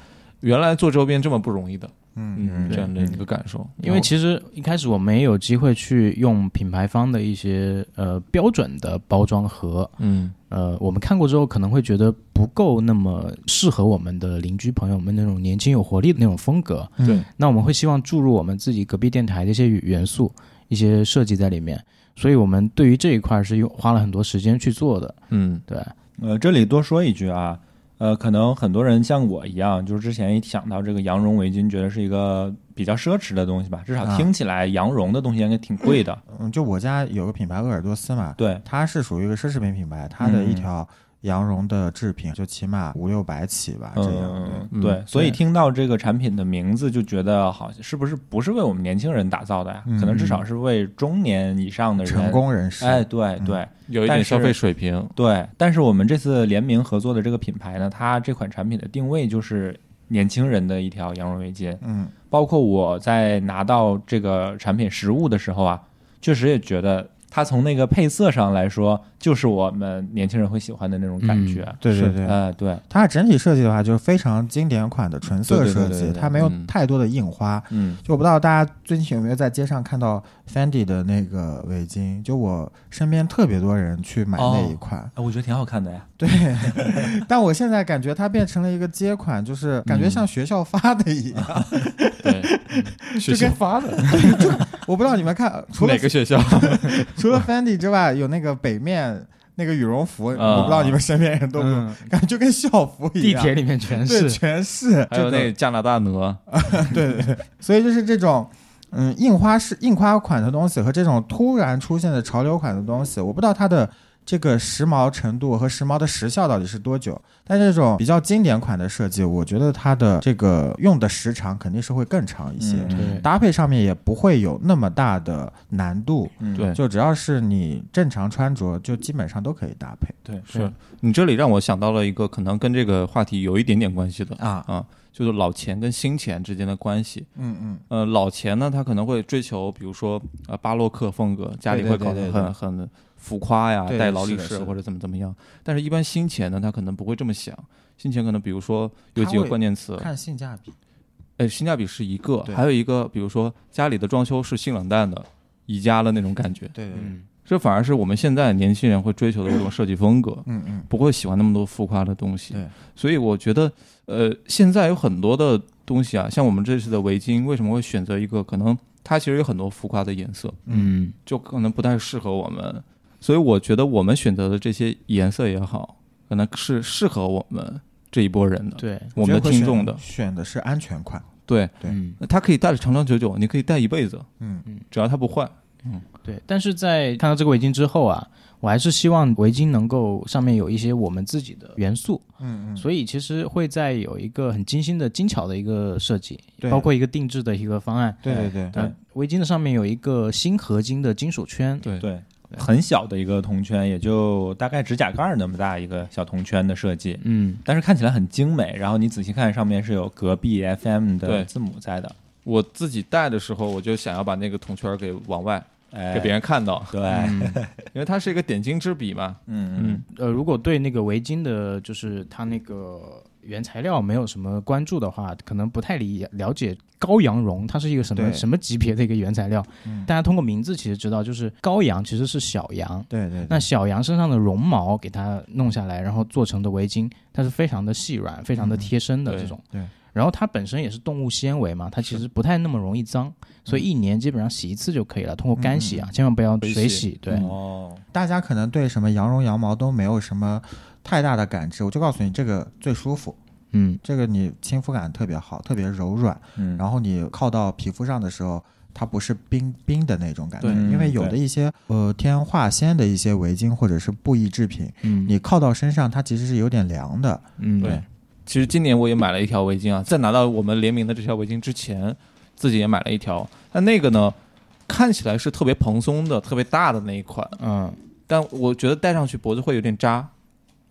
Speaker 2: 原来做周边这么不容易的，
Speaker 3: 嗯，
Speaker 2: 嗯，
Speaker 4: 对
Speaker 2: 这样的一个感受，
Speaker 4: 因为其实一开始我们也有机会去用品牌方的一些呃标准的包装盒，
Speaker 2: 嗯
Speaker 4: 呃，我们看过之后可能会觉得不够那么适合我们的邻居朋友们那种年轻有活力的那种风格。
Speaker 2: 对，
Speaker 4: 那我们会希望注入我们自己隔壁电台的一些元素、一些设计在里面，所以我们对于这一块是用花了很多时间去做的。
Speaker 2: 嗯
Speaker 4: 对，
Speaker 1: 呃，这里多说一句啊，呃，可能很多人像我一样，就是之前一想到这个羊绒围巾，觉得是一个比较奢侈的东西吧，至
Speaker 3: 啊
Speaker 1: 少听起来羊绒的东西应该挺贵 的。
Speaker 3: 嗯，就我家有个品牌鄂尔多斯嘛，
Speaker 1: 对，
Speaker 3: 它是属于一个奢侈品品牌，它的
Speaker 1: 嗯
Speaker 3: 一条羊绒的制品就起码五六百起吧，这样。对
Speaker 1: 嗯，
Speaker 2: 嗯
Speaker 1: 对
Speaker 2: 嗯，
Speaker 1: 所以
Speaker 4: 对
Speaker 1: 听到这个产品的名字就觉得好像是不是不是为我们年轻人打造的呀？
Speaker 3: 嗯
Speaker 1: 可能至少是为中年以上的人
Speaker 3: 成。功人
Speaker 1: 嗯
Speaker 3: 士，
Speaker 1: 哎，对
Speaker 3: 嗯
Speaker 1: 对
Speaker 2: 有一
Speaker 1: 但
Speaker 2: 点
Speaker 1: 是
Speaker 2: 消费水 平，
Speaker 1: 对，但是我们这次联名合作的这个品牌呢，它这款产品的定位就是年轻人的一条羊绒围巾。
Speaker 3: 嗯，
Speaker 1: 包括我在拿到这个产品实物的时候啊，确实也觉得它从那个配色上来说，就是我们年轻人会喜欢的那种感觉。
Speaker 3: 对对
Speaker 4: 是
Speaker 3: 对，
Speaker 1: 呃，对，
Speaker 3: 它整体设计的话，就是非常经典款的纯色
Speaker 1: 对对对
Speaker 3: 设
Speaker 1: 对
Speaker 3: 计，
Speaker 1: 对对
Speaker 3: 它没有
Speaker 2: 嗯
Speaker 3: 太多的印花。
Speaker 1: 嗯
Speaker 3: 就我不知道大家最近有没有在街上看到 Fendi 的那个围巾，就我身边特别多人去买那一款，
Speaker 1: 啊，我觉得挺好看的呀。
Speaker 3: 对。但我现在感觉它变成了一个街款，就是感觉
Speaker 2: 嗯
Speaker 3: 像学校发的一 样，
Speaker 2: 对，学
Speaker 3: 就
Speaker 2: 校
Speaker 3: 跟发的。就我不知道你们看，除了
Speaker 2: 哪个学 校？
Speaker 3: 除了 Fendi 之外，有那个北面那个羽绒服，
Speaker 2: 啊
Speaker 3: 我不知道你们身边人都不，
Speaker 4: 嗯，
Speaker 3: 感觉就跟校服一
Speaker 4: 地
Speaker 3: 样。
Speaker 4: 铁里面全
Speaker 3: 对，
Speaker 4: 是，
Speaker 3: 全是，
Speaker 2: 还有
Speaker 3: 真的
Speaker 2: 那个加拿大鹅，
Speaker 3: 对对，对，所以就是这种。嗯，印花式印花款的东西和这种突然出现的潮流款的东西，我不知道它的这个时髦程度和时髦的时效到底是多久。但这种比较经典款的设计，我觉得它的这个用的时长肯定是会更长一些，
Speaker 1: 嗯
Speaker 4: 对
Speaker 3: 搭配上面也不会有那么大的难度。
Speaker 1: 嗯，
Speaker 2: 对
Speaker 3: 就只要是你正常穿着，就基本上都可以搭配
Speaker 1: 对，
Speaker 3: 嗯
Speaker 2: 是你这里让我想到了一个可能跟这个话题有一点点关系的，
Speaker 3: 啊。
Speaker 2: 啊，就是老钱跟新钱之间的关系。
Speaker 3: 嗯嗯，
Speaker 2: 呃，老钱呢，他可能会追求，比如说呃巴洛克风格，家里
Speaker 3: 对
Speaker 2: 会
Speaker 3: 对
Speaker 2: 搞
Speaker 3: 对
Speaker 2: 得
Speaker 3: 对
Speaker 2: 很很浮夸呀，
Speaker 3: 对
Speaker 2: 带劳力
Speaker 3: 是的
Speaker 2: 士
Speaker 3: 是的
Speaker 2: 或者怎么怎么样。但是，一般新钱呢，他可能不会这么想。新钱可能比如说有
Speaker 3: 他
Speaker 2: 几个
Speaker 3: 会
Speaker 2: 关键词，
Speaker 3: 看性价比。
Speaker 2: 呃，性价比是一个，
Speaker 3: 对
Speaker 2: 还有一个，比如说家里的装修是性冷淡的，宜家的那种感觉。
Speaker 3: 对对对，
Speaker 4: 嗯
Speaker 2: 这反而是我们现在年轻人会追求的这种设计风格。
Speaker 3: 嗯嗯，
Speaker 2: 不会喜欢那么多浮夸的东西。
Speaker 3: 对，
Speaker 2: 所以我觉得，呃，现在有很多的东西啊，像我们这次的围巾，为什么会选择一个可能它其实有很多浮夸的颜色，
Speaker 4: 嗯
Speaker 2: 就可能不太适合我们。所以我觉得我们选择的这些颜色也好，可能是适合我们这一波人的，
Speaker 4: 对，
Speaker 2: 我们的听众的
Speaker 3: 选。选的是安全款。
Speaker 2: 对，
Speaker 3: 对
Speaker 4: 嗯
Speaker 2: 它可以戴的长长久久，你可以戴一辈子，
Speaker 3: 嗯，
Speaker 2: 只要它不坏。
Speaker 4: 对。但是在看到这个围巾之后啊，我还是希望围巾能够上面有一些我们自己的元素，
Speaker 3: 嗯嗯，
Speaker 4: 所以其实会在有一个很精心的、精巧的一个设计，
Speaker 3: 对
Speaker 4: 包括一个定制的一个方案。
Speaker 3: 对对对
Speaker 1: 对
Speaker 4: 呃，围巾的上面有一个锌合金的金属圈，
Speaker 2: 对
Speaker 1: 对，很小的一个铜圈，也就大概指甲盖儿那么大一个小铜圈的设计，
Speaker 4: 嗯，
Speaker 1: 但是看起来很精美。然后你仔细看，上面是有隔壁 FM 的
Speaker 2: 对
Speaker 1: 字母在的，
Speaker 2: 我自己戴的时候，我就想要把那个铜圈儿给往外
Speaker 1: 哎，
Speaker 2: 给别人看到，
Speaker 1: 对，
Speaker 2: 因为它是一个点睛之笔嘛。
Speaker 1: 嗯嗯
Speaker 4: 呃，如果对那个围巾的，就是它那个原材料没有什么关注的话，可能不太理了解羔羊绒它是一个什
Speaker 3: 对
Speaker 4: 么什么级别的一个原材料。
Speaker 3: 嗯
Speaker 4: 大家通过名字其实知道，就是羔羊其实是小羊，
Speaker 3: 对对对
Speaker 4: 那小羊身上的绒毛给它弄下来，然后做成的围巾，它是非常的细软、非常的贴身的
Speaker 2: 对
Speaker 4: 这种。
Speaker 3: 对
Speaker 4: 然后它本身也是动物纤维嘛，它其实不太那么容易脏，所以一年基本上洗一次就可以了。通过干洗啊，千万不要水洗。对，
Speaker 1: 哦，
Speaker 3: 大家可能对什么羊绒、羊毛都没有什么太大的感知，我就告诉你，这个最舒服，
Speaker 4: 嗯，
Speaker 3: 这个你亲肤感特别好，特别柔软，
Speaker 1: 嗯，
Speaker 3: 然后你靠到皮肤上的时候。它不是冰冰的那种感觉，
Speaker 1: 对
Speaker 3: 因为
Speaker 1: 嗯
Speaker 3: 有的
Speaker 1: 对
Speaker 3: 一些呃天化纤的一些围巾或者是布艺制品，
Speaker 4: 嗯
Speaker 3: 你靠到身上它其实是有点凉的。
Speaker 4: 嗯
Speaker 3: 对
Speaker 2: 其实今年我也买了一条围巾啊，在拿到我们联名的这条围巾之前，自己也买了一条。但那个呢，看起来是特别蓬松的、特别大的那一款，
Speaker 4: 嗯
Speaker 2: 但我觉得戴上去脖子会有点扎，
Speaker 4: 啊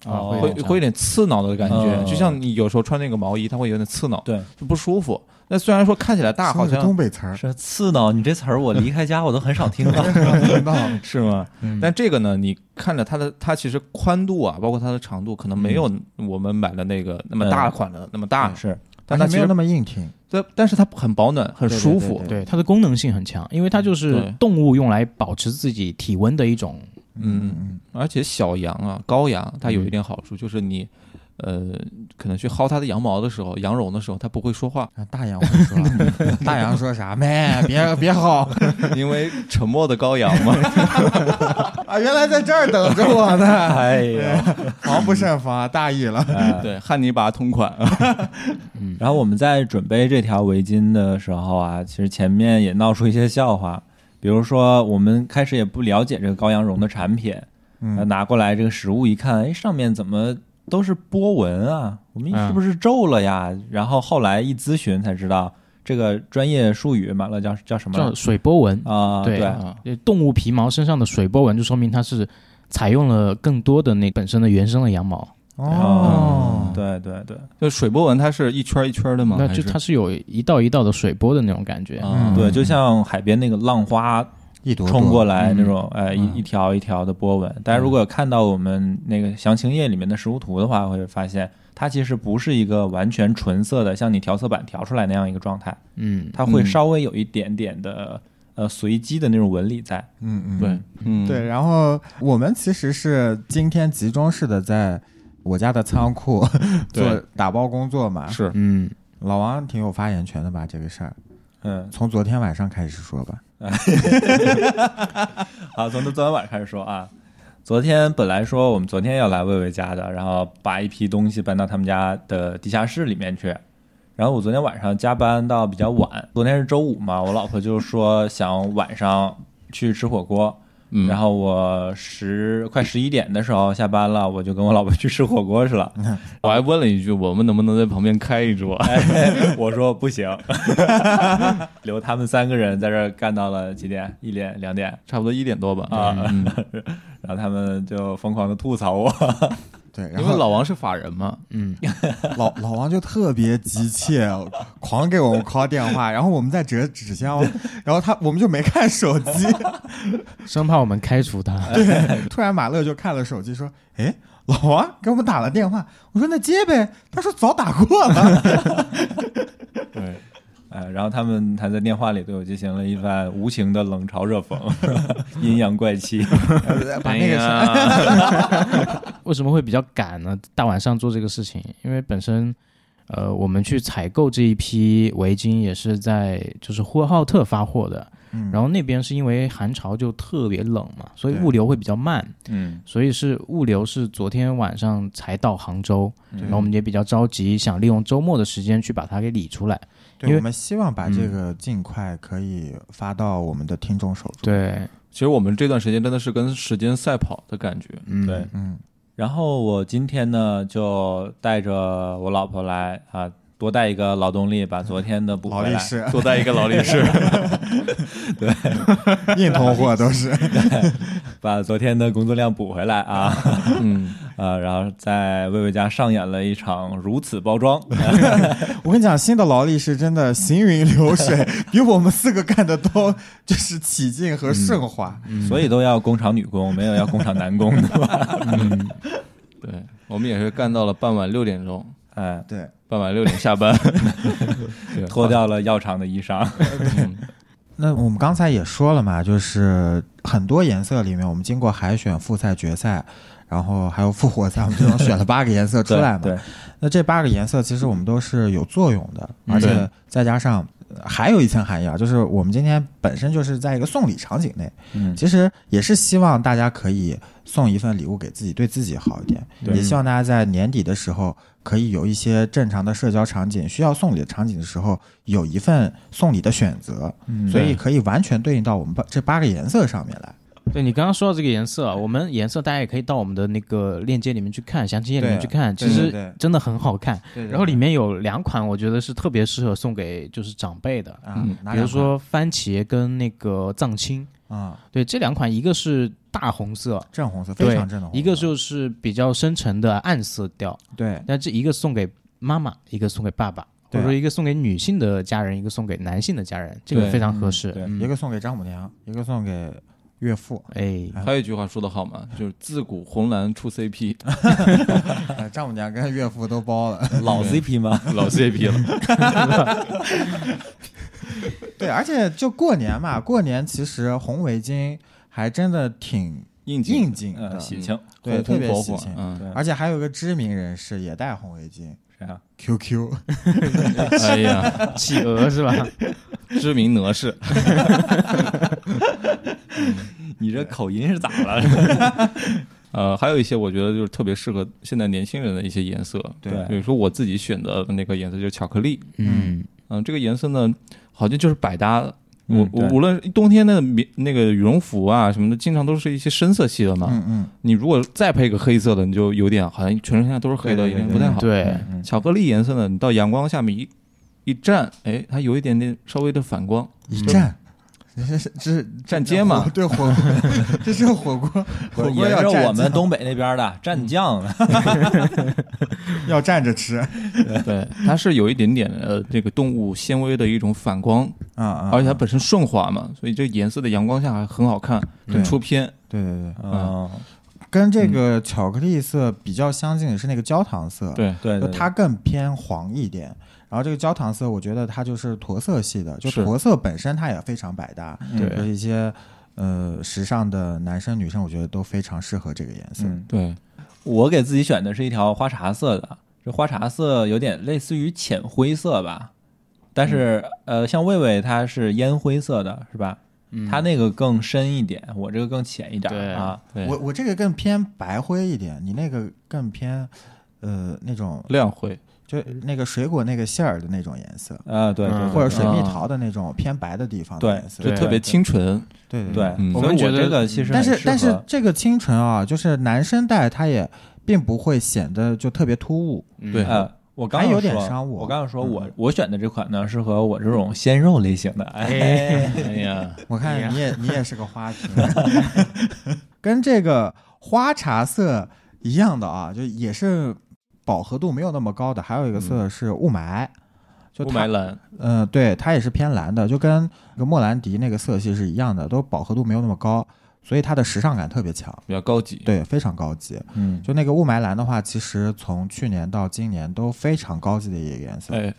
Speaker 1: 哦
Speaker 2: 会
Speaker 4: 有点
Speaker 2: 会有点刺挠的感觉，
Speaker 1: 嗯
Speaker 2: 就像你有时候穿那个毛衣，它会有点刺挠，
Speaker 1: 对，
Speaker 2: 就不舒服。那虽然说看起来大，
Speaker 3: 说
Speaker 2: 好
Speaker 3: 的是
Speaker 2: 像
Speaker 3: 东北词儿，
Speaker 1: 是刺挠你这词儿，我离开家我都很少听到，
Speaker 3: 知道？
Speaker 1: 是吗？
Speaker 2: 但这个呢，你看着它的，它其实宽度啊，包括它的长度，可能没有
Speaker 3: 嗯
Speaker 2: 我们买的那个那么大款的那么大，
Speaker 1: 是，
Speaker 2: 但它
Speaker 3: 而且
Speaker 2: 其
Speaker 3: 没有
Speaker 2: 实
Speaker 3: 那么硬挺。
Speaker 2: 但但是它很保暖，很
Speaker 3: 对对
Speaker 2: 舒
Speaker 3: 对
Speaker 2: 服。
Speaker 3: 对
Speaker 4: 对，它的功能性很强，因为它就是
Speaker 2: 对
Speaker 4: 动物用来保持自己体温的一种。
Speaker 2: 嗯
Speaker 3: 嗯
Speaker 2: 嗯，而且小羊啊，羔羊它有一点好处，就是你呃，可能去薅它的羊毛的时候，羊绒的时候，它不会说 话，
Speaker 3: 啊大洋会说， 大洋说啥？妹，别别吼
Speaker 2: 因为沉默的羔羊嘛。
Speaker 3: 啊！原来在这儿等着我 呢，
Speaker 5: 哎呀，
Speaker 3: 防不胜防啊，大意了。
Speaker 1: 哎
Speaker 2: 对，汉尼拔同款啊，
Speaker 1: 然后我们在准备这条围巾的时候啊，其实前面也闹出一些笑话，比如说我们开始也不了解这个羔羊绒的产品，呃
Speaker 3: 嗯，
Speaker 1: 拿过来这个实物一看，哎，上面怎么都是波纹啊？我们
Speaker 4: 嗯
Speaker 1: 是不是皱了呀？然后后来一咨询才知道，这个专业术语马乐叫叫什么
Speaker 4: 叫水波纹，
Speaker 1: 嗯啊？
Speaker 4: 对
Speaker 1: 对，
Speaker 2: 啊
Speaker 4: 呃动物皮毛身上的水波纹就说明它是采用了更多的那本身的原生的羊毛，
Speaker 3: 哦，
Speaker 1: 对对对，
Speaker 2: 就水波纹它是一圈一圈的嘛，
Speaker 4: 那
Speaker 2: 还
Speaker 4: 就是嗯它是有一道一道的水波的那种感觉。
Speaker 2: 啊，
Speaker 1: 对，就像海边那个浪花
Speaker 3: 一朵
Speaker 1: 冲过
Speaker 3: 来，
Speaker 1: 来
Speaker 4: 嗯
Speaker 1: 那种，呃，
Speaker 4: 嗯
Speaker 1: 一一条一条的波纹。大家如果有看到我们那个详情页里面的实物图的话，会发现它其实不是一个完全纯色的，像你调色板调出来那样一个状态，
Speaker 4: 嗯，
Speaker 1: 它会
Speaker 2: 嗯
Speaker 1: 稍微有一点点的呃随机的那种纹理在。
Speaker 3: 嗯嗯，
Speaker 2: 对，嗯，
Speaker 3: 对，然后我们其实是今天集中式的在我家的仓 库做
Speaker 2: 对
Speaker 3: 打包工作嘛。
Speaker 2: 是
Speaker 4: 嗯，
Speaker 3: 老王挺有发言权的吧？这个事儿，
Speaker 1: 嗯，
Speaker 3: 从昨天晚上开始说吧。
Speaker 1: 好，从昨天晚上开始说啊。昨天本来说我们昨天要来魏魏家的，然后把一批东西搬到他们家的地下室里面去。然后我昨天晚上加班到比较晚，昨天是周五嘛，我老婆就说想晚上去吃火锅。
Speaker 2: 嗯，
Speaker 1: 然后我十快十一点的时候下班了，我就跟我老婆去吃火锅去 了。
Speaker 2: 我还问了一句，我们能不能在旁边开一桌？
Speaker 1: 哎我说不行， 留他们三个人在这儿干到了几点？一点两点。
Speaker 2: 差不多一点多吧
Speaker 1: 啊
Speaker 2: 嗯
Speaker 1: 然后他们就疯狂的吐槽我，
Speaker 3: 对，然
Speaker 2: 因为
Speaker 3: 后
Speaker 2: 老王是法人嘛，
Speaker 3: 老老王就特别急切， 狂给我们 call 电话，然后我们在折纸箱，然后他我们就没看手 机，
Speaker 4: 生怕我们开除它。
Speaker 3: 突然马乐就看了手机说：“哎，老王给我们打了电话。”我说：“那接呗。”他说：“早打过了。
Speaker 1: 对，哎，然后他们还在电话里对我进行了一番无情的冷嘲热讽， 阴阳怪 气。
Speaker 3: 呃”把那个啥
Speaker 2: 个
Speaker 4: 为什么会比较赶呢？大晚上做这个事情，因为本身，呃，我们去采购这一批围巾也是在就是呼和浩特发货的，
Speaker 3: 嗯
Speaker 4: 然后那边是因为寒潮就特别冷嘛，所以
Speaker 3: 对
Speaker 4: 物流会比较慢，
Speaker 1: 嗯，
Speaker 4: 所以是物流是昨天晚上才到杭州，
Speaker 1: 对
Speaker 4: 然后我们也比较着急，想利用周末的时间去把它给理出来。
Speaker 3: 对，
Speaker 4: 因为
Speaker 3: 我们希望把这个尽快可以发到我们的听众手中。
Speaker 4: 对，
Speaker 2: 其实我们这段时间真的是跟时间赛跑的感觉，
Speaker 4: 嗯，
Speaker 1: 对。
Speaker 3: 嗯，
Speaker 1: 然后我今天呢，就带着我老婆来啊，多带一个劳动力，把昨天的补
Speaker 3: 劳
Speaker 1: 回
Speaker 3: 力
Speaker 1: 来。
Speaker 3: 士、
Speaker 2: 多带一个劳力 士。
Speaker 3: 硬通货都 是。
Speaker 1: 把昨天的工作量补回来啊，
Speaker 2: 嗯，
Speaker 1: 呃，然后在魏魏家上演了一场如此包装，
Speaker 3: 我跟你讲，新的劳力士真的行云流 水，比我们四个干的都就是起劲和顺滑。
Speaker 1: 所以都要工厂女工，没有要工厂男工的 吧？
Speaker 2: 对，我们也是干到了傍晚六点钟，
Speaker 1: 哎，
Speaker 3: 对，
Speaker 2: 傍晚六点下 班，对
Speaker 1: 脱掉了药厂的衣裳，
Speaker 2: 嗯
Speaker 3: 那我们刚才也说了嘛，就是很多颜色里面，我们经过海选、复赛、决赛，然后还有复活赛，我们最终选了八个颜色出来嘛。
Speaker 1: 对，
Speaker 3: 那这八个颜色其实我们都是有作用的，而
Speaker 4: 嗯
Speaker 3: 且再加上呃还有一层含义啊，就是我们今天本身就是在一个送礼场景内，
Speaker 1: 嗯，
Speaker 3: 其实也是希望大家可以送一份礼物给自己，对自己好一点，
Speaker 1: 对
Speaker 3: 也希望大家在年底的时候可以有一些正常的社交场景，需要送礼的场景的时候有一份送礼的选择，
Speaker 4: 嗯
Speaker 3: 所以可以完全对应到我们八这八个颜色上面来。
Speaker 4: 对你刚刚说到这个颜色啊，我们颜色大家也可以到我们的那个链接里面去看，详情页里面
Speaker 3: 对
Speaker 4: 去看，
Speaker 3: 对
Speaker 4: 其
Speaker 3: 对对
Speaker 4: 实真的很好看。
Speaker 3: 对
Speaker 4: 然后里面有两款，我觉得是特别适合送给就是长辈的，
Speaker 3: 啊
Speaker 2: 嗯，
Speaker 3: 哪
Speaker 4: 比如
Speaker 3: 两
Speaker 4: 说番茄跟那个藏青。
Speaker 3: 款啊，
Speaker 4: 对，这两款一个是大红色，
Speaker 3: 正红色
Speaker 4: 对
Speaker 3: 非常正的红色，
Speaker 4: 一个就是比较深沉的暗色调，
Speaker 3: 对
Speaker 4: 但这一个送给妈妈，一个送给爸爸，或
Speaker 3: 对
Speaker 4: 者说一个送给女性的家人，一个送给男性的家人，这个
Speaker 2: 对
Speaker 4: 非常合适。
Speaker 1: 对
Speaker 4: 嗯
Speaker 3: 一个送给丈母娘，一个送给岳父。
Speaker 4: 哎，
Speaker 2: 还有一句话说得好嘛，就是自古红蓝出 CP，
Speaker 3: 呃丈母娘跟岳父都包了。
Speaker 1: 老 CP 吗？
Speaker 2: 老 CP 了。
Speaker 3: 对，而且就过年嘛，过年其实红围巾还真的挺
Speaker 2: 应景
Speaker 3: 应景的
Speaker 1: 呃，，喜庆，
Speaker 3: 对，
Speaker 2: 红
Speaker 3: 特别
Speaker 2: 火
Speaker 3: 喜
Speaker 2: 火
Speaker 3: 庆。
Speaker 2: 嗯，
Speaker 3: 而且还有个知名人士也戴红围巾
Speaker 1: 谁啊？
Speaker 3: ，QQ，
Speaker 2: 哎呀，
Speaker 4: 企 鹅是吧？
Speaker 2: 知名哪吒，
Speaker 1: 你这口音是咋了？
Speaker 2: 呃，还有一些我觉得就是特别适合现在年轻人的一些颜色，
Speaker 1: 对
Speaker 2: 比如说我自己选的那个颜色就是巧克力，
Speaker 4: 嗯，
Speaker 2: 嗯，这个颜色呢，好像就是百搭的。我
Speaker 1: 嗯
Speaker 2: 我
Speaker 1: 对
Speaker 2: 无论冬天的棉那个羽绒服啊什么的，经常都是一些深色系的嘛。
Speaker 3: 嗯嗯，
Speaker 2: 你如果再配一个黑色的，你就有点好像全身上下都是黑的，
Speaker 3: 对对
Speaker 2: 有点
Speaker 3: 对
Speaker 2: 不太好。
Speaker 4: 对，
Speaker 1: 嗯
Speaker 2: 巧克力颜色呢，你到阳光下面一一站，哎，它有一点点稍微的反光，
Speaker 3: 一站，这是这是
Speaker 2: 站街嘛
Speaker 3: 火对火锅， 这是火锅，火锅
Speaker 1: 也
Speaker 3: 要
Speaker 1: 是
Speaker 3: 蘸
Speaker 1: 我们
Speaker 3: 酱
Speaker 1: 东北那边的蘸酱的，
Speaker 3: 要站着吃，啊
Speaker 2: 对，它是有一点点呃这个动物纤维的一种反光，
Speaker 3: 啊，
Speaker 2: 而且它本身顺滑嘛，所以这颜色的阳光下还很好看，
Speaker 3: 对啊
Speaker 2: 很出片。
Speaker 3: 对对对，
Speaker 1: 嗯，
Speaker 3: 跟这个巧克力色比较相近的是那个焦糖色，
Speaker 2: 对，
Speaker 1: 对
Speaker 3: 就
Speaker 1: 对，
Speaker 3: 它更偏黄一点。然后这个焦糖色，我觉得它就是驼色系的，就是驼色本身它也非常百搭，
Speaker 1: 对
Speaker 3: 就是一些呃时尚的男生女生，我觉得都非常适合这个颜色。
Speaker 1: 嗯，
Speaker 2: 对，
Speaker 1: 我给自己选的是一条花茶色的，这花茶色有点类似于浅灰色吧，但是、呃，像魏魏它是烟灰色的，是吧？
Speaker 3: 嗯
Speaker 1: 它那个更深一点，我这个更浅一点
Speaker 4: 嗯对
Speaker 1: 啊。
Speaker 2: 对
Speaker 3: 我我这个更偏白灰一点，你那个更偏呃那种
Speaker 2: 亮灰，
Speaker 3: 就那个水果那个馅儿的那种颜色，
Speaker 1: 啊，对对
Speaker 4: 嗯
Speaker 3: 或者水蜜
Speaker 2: 啊
Speaker 3: 桃的那种偏白的地方的
Speaker 1: 对
Speaker 3: 颜色。
Speaker 2: 就特别清纯。
Speaker 3: 对对
Speaker 1: 对，
Speaker 2: 嗯
Speaker 1: 所以
Speaker 4: 我觉得
Speaker 1: 这个其实
Speaker 3: 但
Speaker 1: 很
Speaker 3: 是
Speaker 1: 适
Speaker 3: 但是
Speaker 1: 合
Speaker 3: 这个清纯啊，就是男生戴它也并不会显得就特别突兀。
Speaker 2: 对
Speaker 1: 呃，我刚
Speaker 3: 还
Speaker 1: 刚
Speaker 3: 有点
Speaker 1: 说
Speaker 3: 商务嗯
Speaker 1: 我刚刚说我我选的这款呢，适合我这种鲜肉类型的。哎，
Speaker 2: 哎 呀，
Speaker 3: 我
Speaker 4: 哎呀
Speaker 3: 看你也你也是个花瓶，跟这个花茶色一样的啊，就也是饱和度没有那么高的。还有一个色是雾霾，就
Speaker 2: 雾
Speaker 3: 它
Speaker 2: 霾蓝，
Speaker 3: 嗯，对，它也是偏蓝的，就跟那个莫兰迪那个色系是一样的，都饱和度没有那么高，所以它的时尚感特别强，
Speaker 2: 比较高级。
Speaker 3: 对，非常高级。
Speaker 1: 嗯，
Speaker 3: 就那个雾霾蓝的话，其实从去年到今年都非常高级的一个颜色。
Speaker 2: 哎，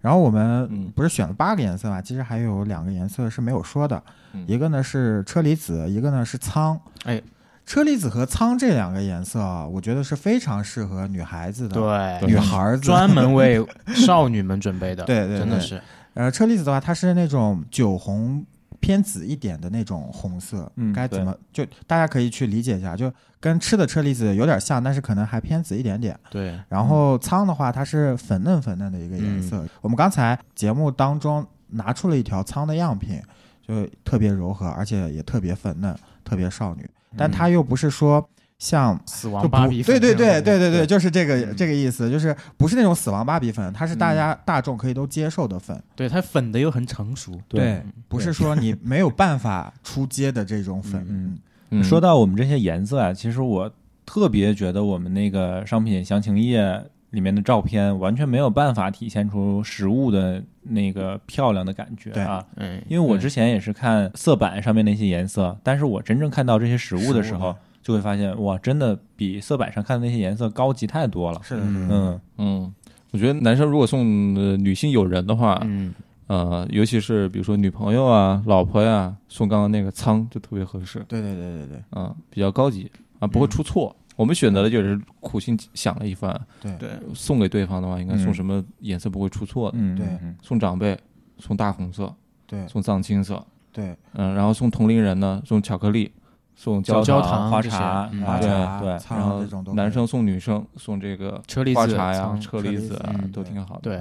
Speaker 3: 然后我们
Speaker 2: 嗯
Speaker 3: 不是选了八个颜色嘛，其实还有两个颜色是没有说的，
Speaker 2: 嗯
Speaker 3: 一个呢是车厘子，一个呢是苍。
Speaker 4: 哎，
Speaker 3: 车厘子和苍这两个颜色啊，我觉得是非常适合女孩子的，
Speaker 4: 对，
Speaker 3: 女孩儿子
Speaker 4: 专门为少女们准备的，
Speaker 3: 对对对
Speaker 4: 真的是，
Speaker 3: 呃，车厘子的话，它是那种酒红偏紫一点的那种红色，
Speaker 1: 嗯
Speaker 3: 该怎么就大家可以去理解一下，就跟吃的车厘子有点像，但是可能还偏紫一点点。
Speaker 4: 对，
Speaker 3: 然后苍的话，它是粉嫩粉嫩的一个颜色。我们刚才节目当中拿出了一条苍的样品，就特别柔和，而且也特别粉嫩，特别少女，但它又不是说像
Speaker 4: 死
Speaker 3: 就
Speaker 4: 亡
Speaker 3: 不
Speaker 4: 芭比
Speaker 3: 对
Speaker 4: 粉
Speaker 3: 对
Speaker 4: 这样
Speaker 3: 对对
Speaker 4: 的
Speaker 3: 对对，就是这个、
Speaker 4: 嗯
Speaker 3: 这个意思，就是不是那种死亡芭比粉，它是大家、大众可以都接受的粉，
Speaker 4: 对，它粉的又很成熟，
Speaker 1: 对。
Speaker 3: 不是说你没有办法出街的这种粉，
Speaker 1: 嗯
Speaker 2: 嗯
Speaker 1: 说到我们这些颜色啊，其实我特别觉得我们那个商品详情页里面的照片完全没有办法体现出实物的那个漂亮的感觉啊。
Speaker 4: 嗯，
Speaker 1: 因为我
Speaker 2: 对
Speaker 1: 之前也是看色板上面那些颜色，但是我真正看到这些实物的时
Speaker 3: 实物
Speaker 1: 候
Speaker 3: 的，
Speaker 1: 就会发现哇，真的比色板上看的那些颜色高级太多了。
Speaker 3: 是的，
Speaker 4: 嗯
Speaker 3: 是的，
Speaker 1: 嗯，
Speaker 2: 嗯，我觉得男生如果送呃女性友人的话，
Speaker 4: 嗯，
Speaker 2: 呃，尤其是比如说女朋友啊、老婆呀、送刚刚那个仓就特别合适，
Speaker 3: 对对对对对
Speaker 2: 啊、比较高级啊，不会出错。我们选择的就是苦心想了一番，
Speaker 3: 对
Speaker 4: 对，
Speaker 2: 送给对方的话，应该
Speaker 1: 嗯
Speaker 2: 送什么颜色不会出错的？
Speaker 1: 嗯，
Speaker 3: 对
Speaker 1: 嗯
Speaker 2: 送长辈，送大红色，
Speaker 3: 对
Speaker 2: 送藏青色，
Speaker 3: 对，
Speaker 2: 嗯、然后送同龄人呢，送巧克力，送焦
Speaker 4: 焦
Speaker 2: 糖
Speaker 4: 糖
Speaker 1: 花
Speaker 4: 这些
Speaker 1: 茶
Speaker 4: 嗯，
Speaker 3: 花
Speaker 1: 啊
Speaker 3: 茶、
Speaker 1: 对对
Speaker 3: 苍
Speaker 2: 然
Speaker 3: 蝇
Speaker 2: 后
Speaker 3: 这种都可以
Speaker 2: 男生送女生送这个
Speaker 4: 车厘
Speaker 2: 花
Speaker 4: 子
Speaker 2: 茶呀、
Speaker 4: 仓
Speaker 2: 车
Speaker 3: 车
Speaker 2: 厘
Speaker 3: 厘
Speaker 2: 子
Speaker 3: 子
Speaker 2: 啊
Speaker 4: 嗯，
Speaker 2: 都
Speaker 3: 对
Speaker 2: 挺好的。
Speaker 4: 对，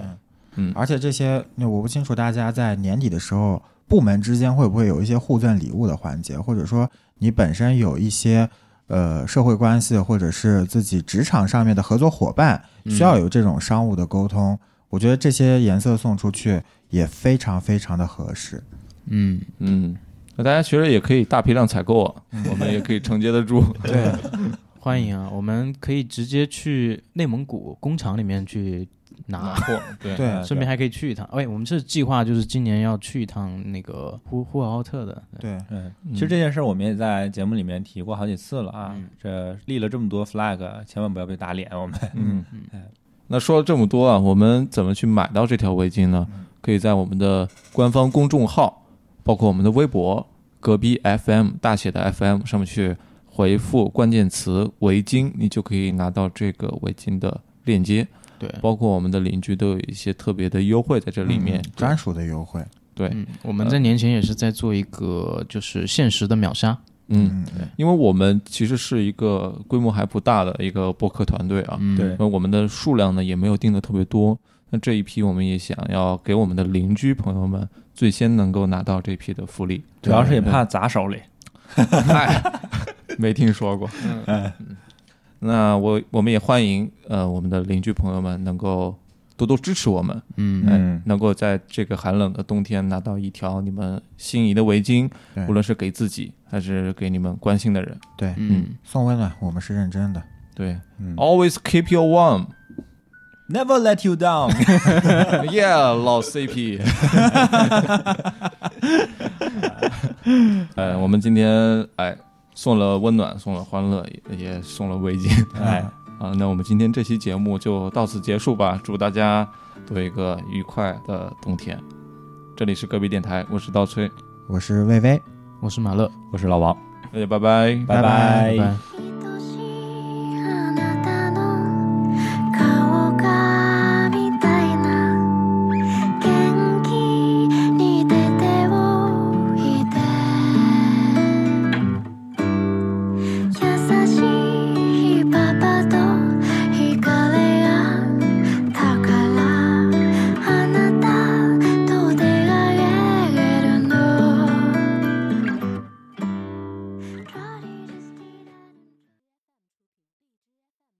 Speaker 2: 嗯，
Speaker 3: 而且这些，那我不清楚大家在年底的时候，部门之间会不会有一些互赠礼物的环节，或者说你本身有一些呃社会关系，或者是自己职场上面的合作伙伴，需要有这种商务的沟通。我觉得这些颜色送出去也非常非常的合适。
Speaker 4: 嗯，
Speaker 2: 嗯，那大家其实也可以大批量采购啊，我们也可以承接得住。
Speaker 3: 对，
Speaker 4: 欢迎啊，我们可以直接去内蒙古工厂里面去拿。
Speaker 2: 货，对
Speaker 3: 对
Speaker 1: 啊
Speaker 4: 顺便还可以去一趟，哎，我们是计划就是今年要去一趟那个呼呼和浩特的，
Speaker 3: 对，
Speaker 1: 嗯，其实这件事儿我们也在节目里面提过好几次了啊
Speaker 4: 嗯。
Speaker 1: 这立了这么多 flag，千万不要被打脸。我们
Speaker 2: 嗯，那说了这么多啊，我们怎么去买到这条围巾呢？可以在我们的官方公众号，包括我们的微博“隔壁 FM” 大写的 FM 上面去回复关键词“围巾”，你就可以拿到这个围巾的链接。
Speaker 4: 对，
Speaker 2: 包括我们的邻居都有一些特别的优惠在这里面。
Speaker 3: 嗯专属的优惠，
Speaker 2: 对，
Speaker 4: 嗯，我们在年前也是在做一个就是限时的秒杀，
Speaker 2: 嗯，
Speaker 3: 嗯，
Speaker 2: 因为我们其实是一个规模还不大的一个播客团队啊，
Speaker 4: 嗯，
Speaker 1: 对
Speaker 2: 那我们的数量呢也没有定的特别多。那这一批我们也想要给我们的邻居朋友们最先能够拿到这批的福利，哎
Speaker 1: 主要是也怕砸手里。
Speaker 2: 没听说过。嗯，那我我们也欢迎呃我们的邻居朋友们能够多多支持我们，
Speaker 4: 嗯，
Speaker 2: 嗯，能够在这个寒冷的冬天拿到一条你们心仪的围巾，
Speaker 3: 对
Speaker 2: 无论是给自己还是给你们关心的人。
Speaker 3: 对，
Speaker 4: 嗯，
Speaker 3: 送温暖，我们是认真的。
Speaker 2: 对
Speaker 3: 嗯，
Speaker 2: ，Always keep you warm。
Speaker 1: Never let you down。
Speaker 2: Yeah，老 CP。哎，我们今天哎送了温暖，送了欢乐，也也送了围巾。
Speaker 1: 哎，
Speaker 2: 啊，那我们今天这期节目就到此结束吧。祝大家都有一个愉快的冬天。这里是隔壁电台，我是刀崔，
Speaker 3: 我是魏巍。
Speaker 4: 我是马乐，
Speaker 1: 我是老王，
Speaker 2: 大家拜拜。
Speaker 1: 拜
Speaker 4: 拜拜。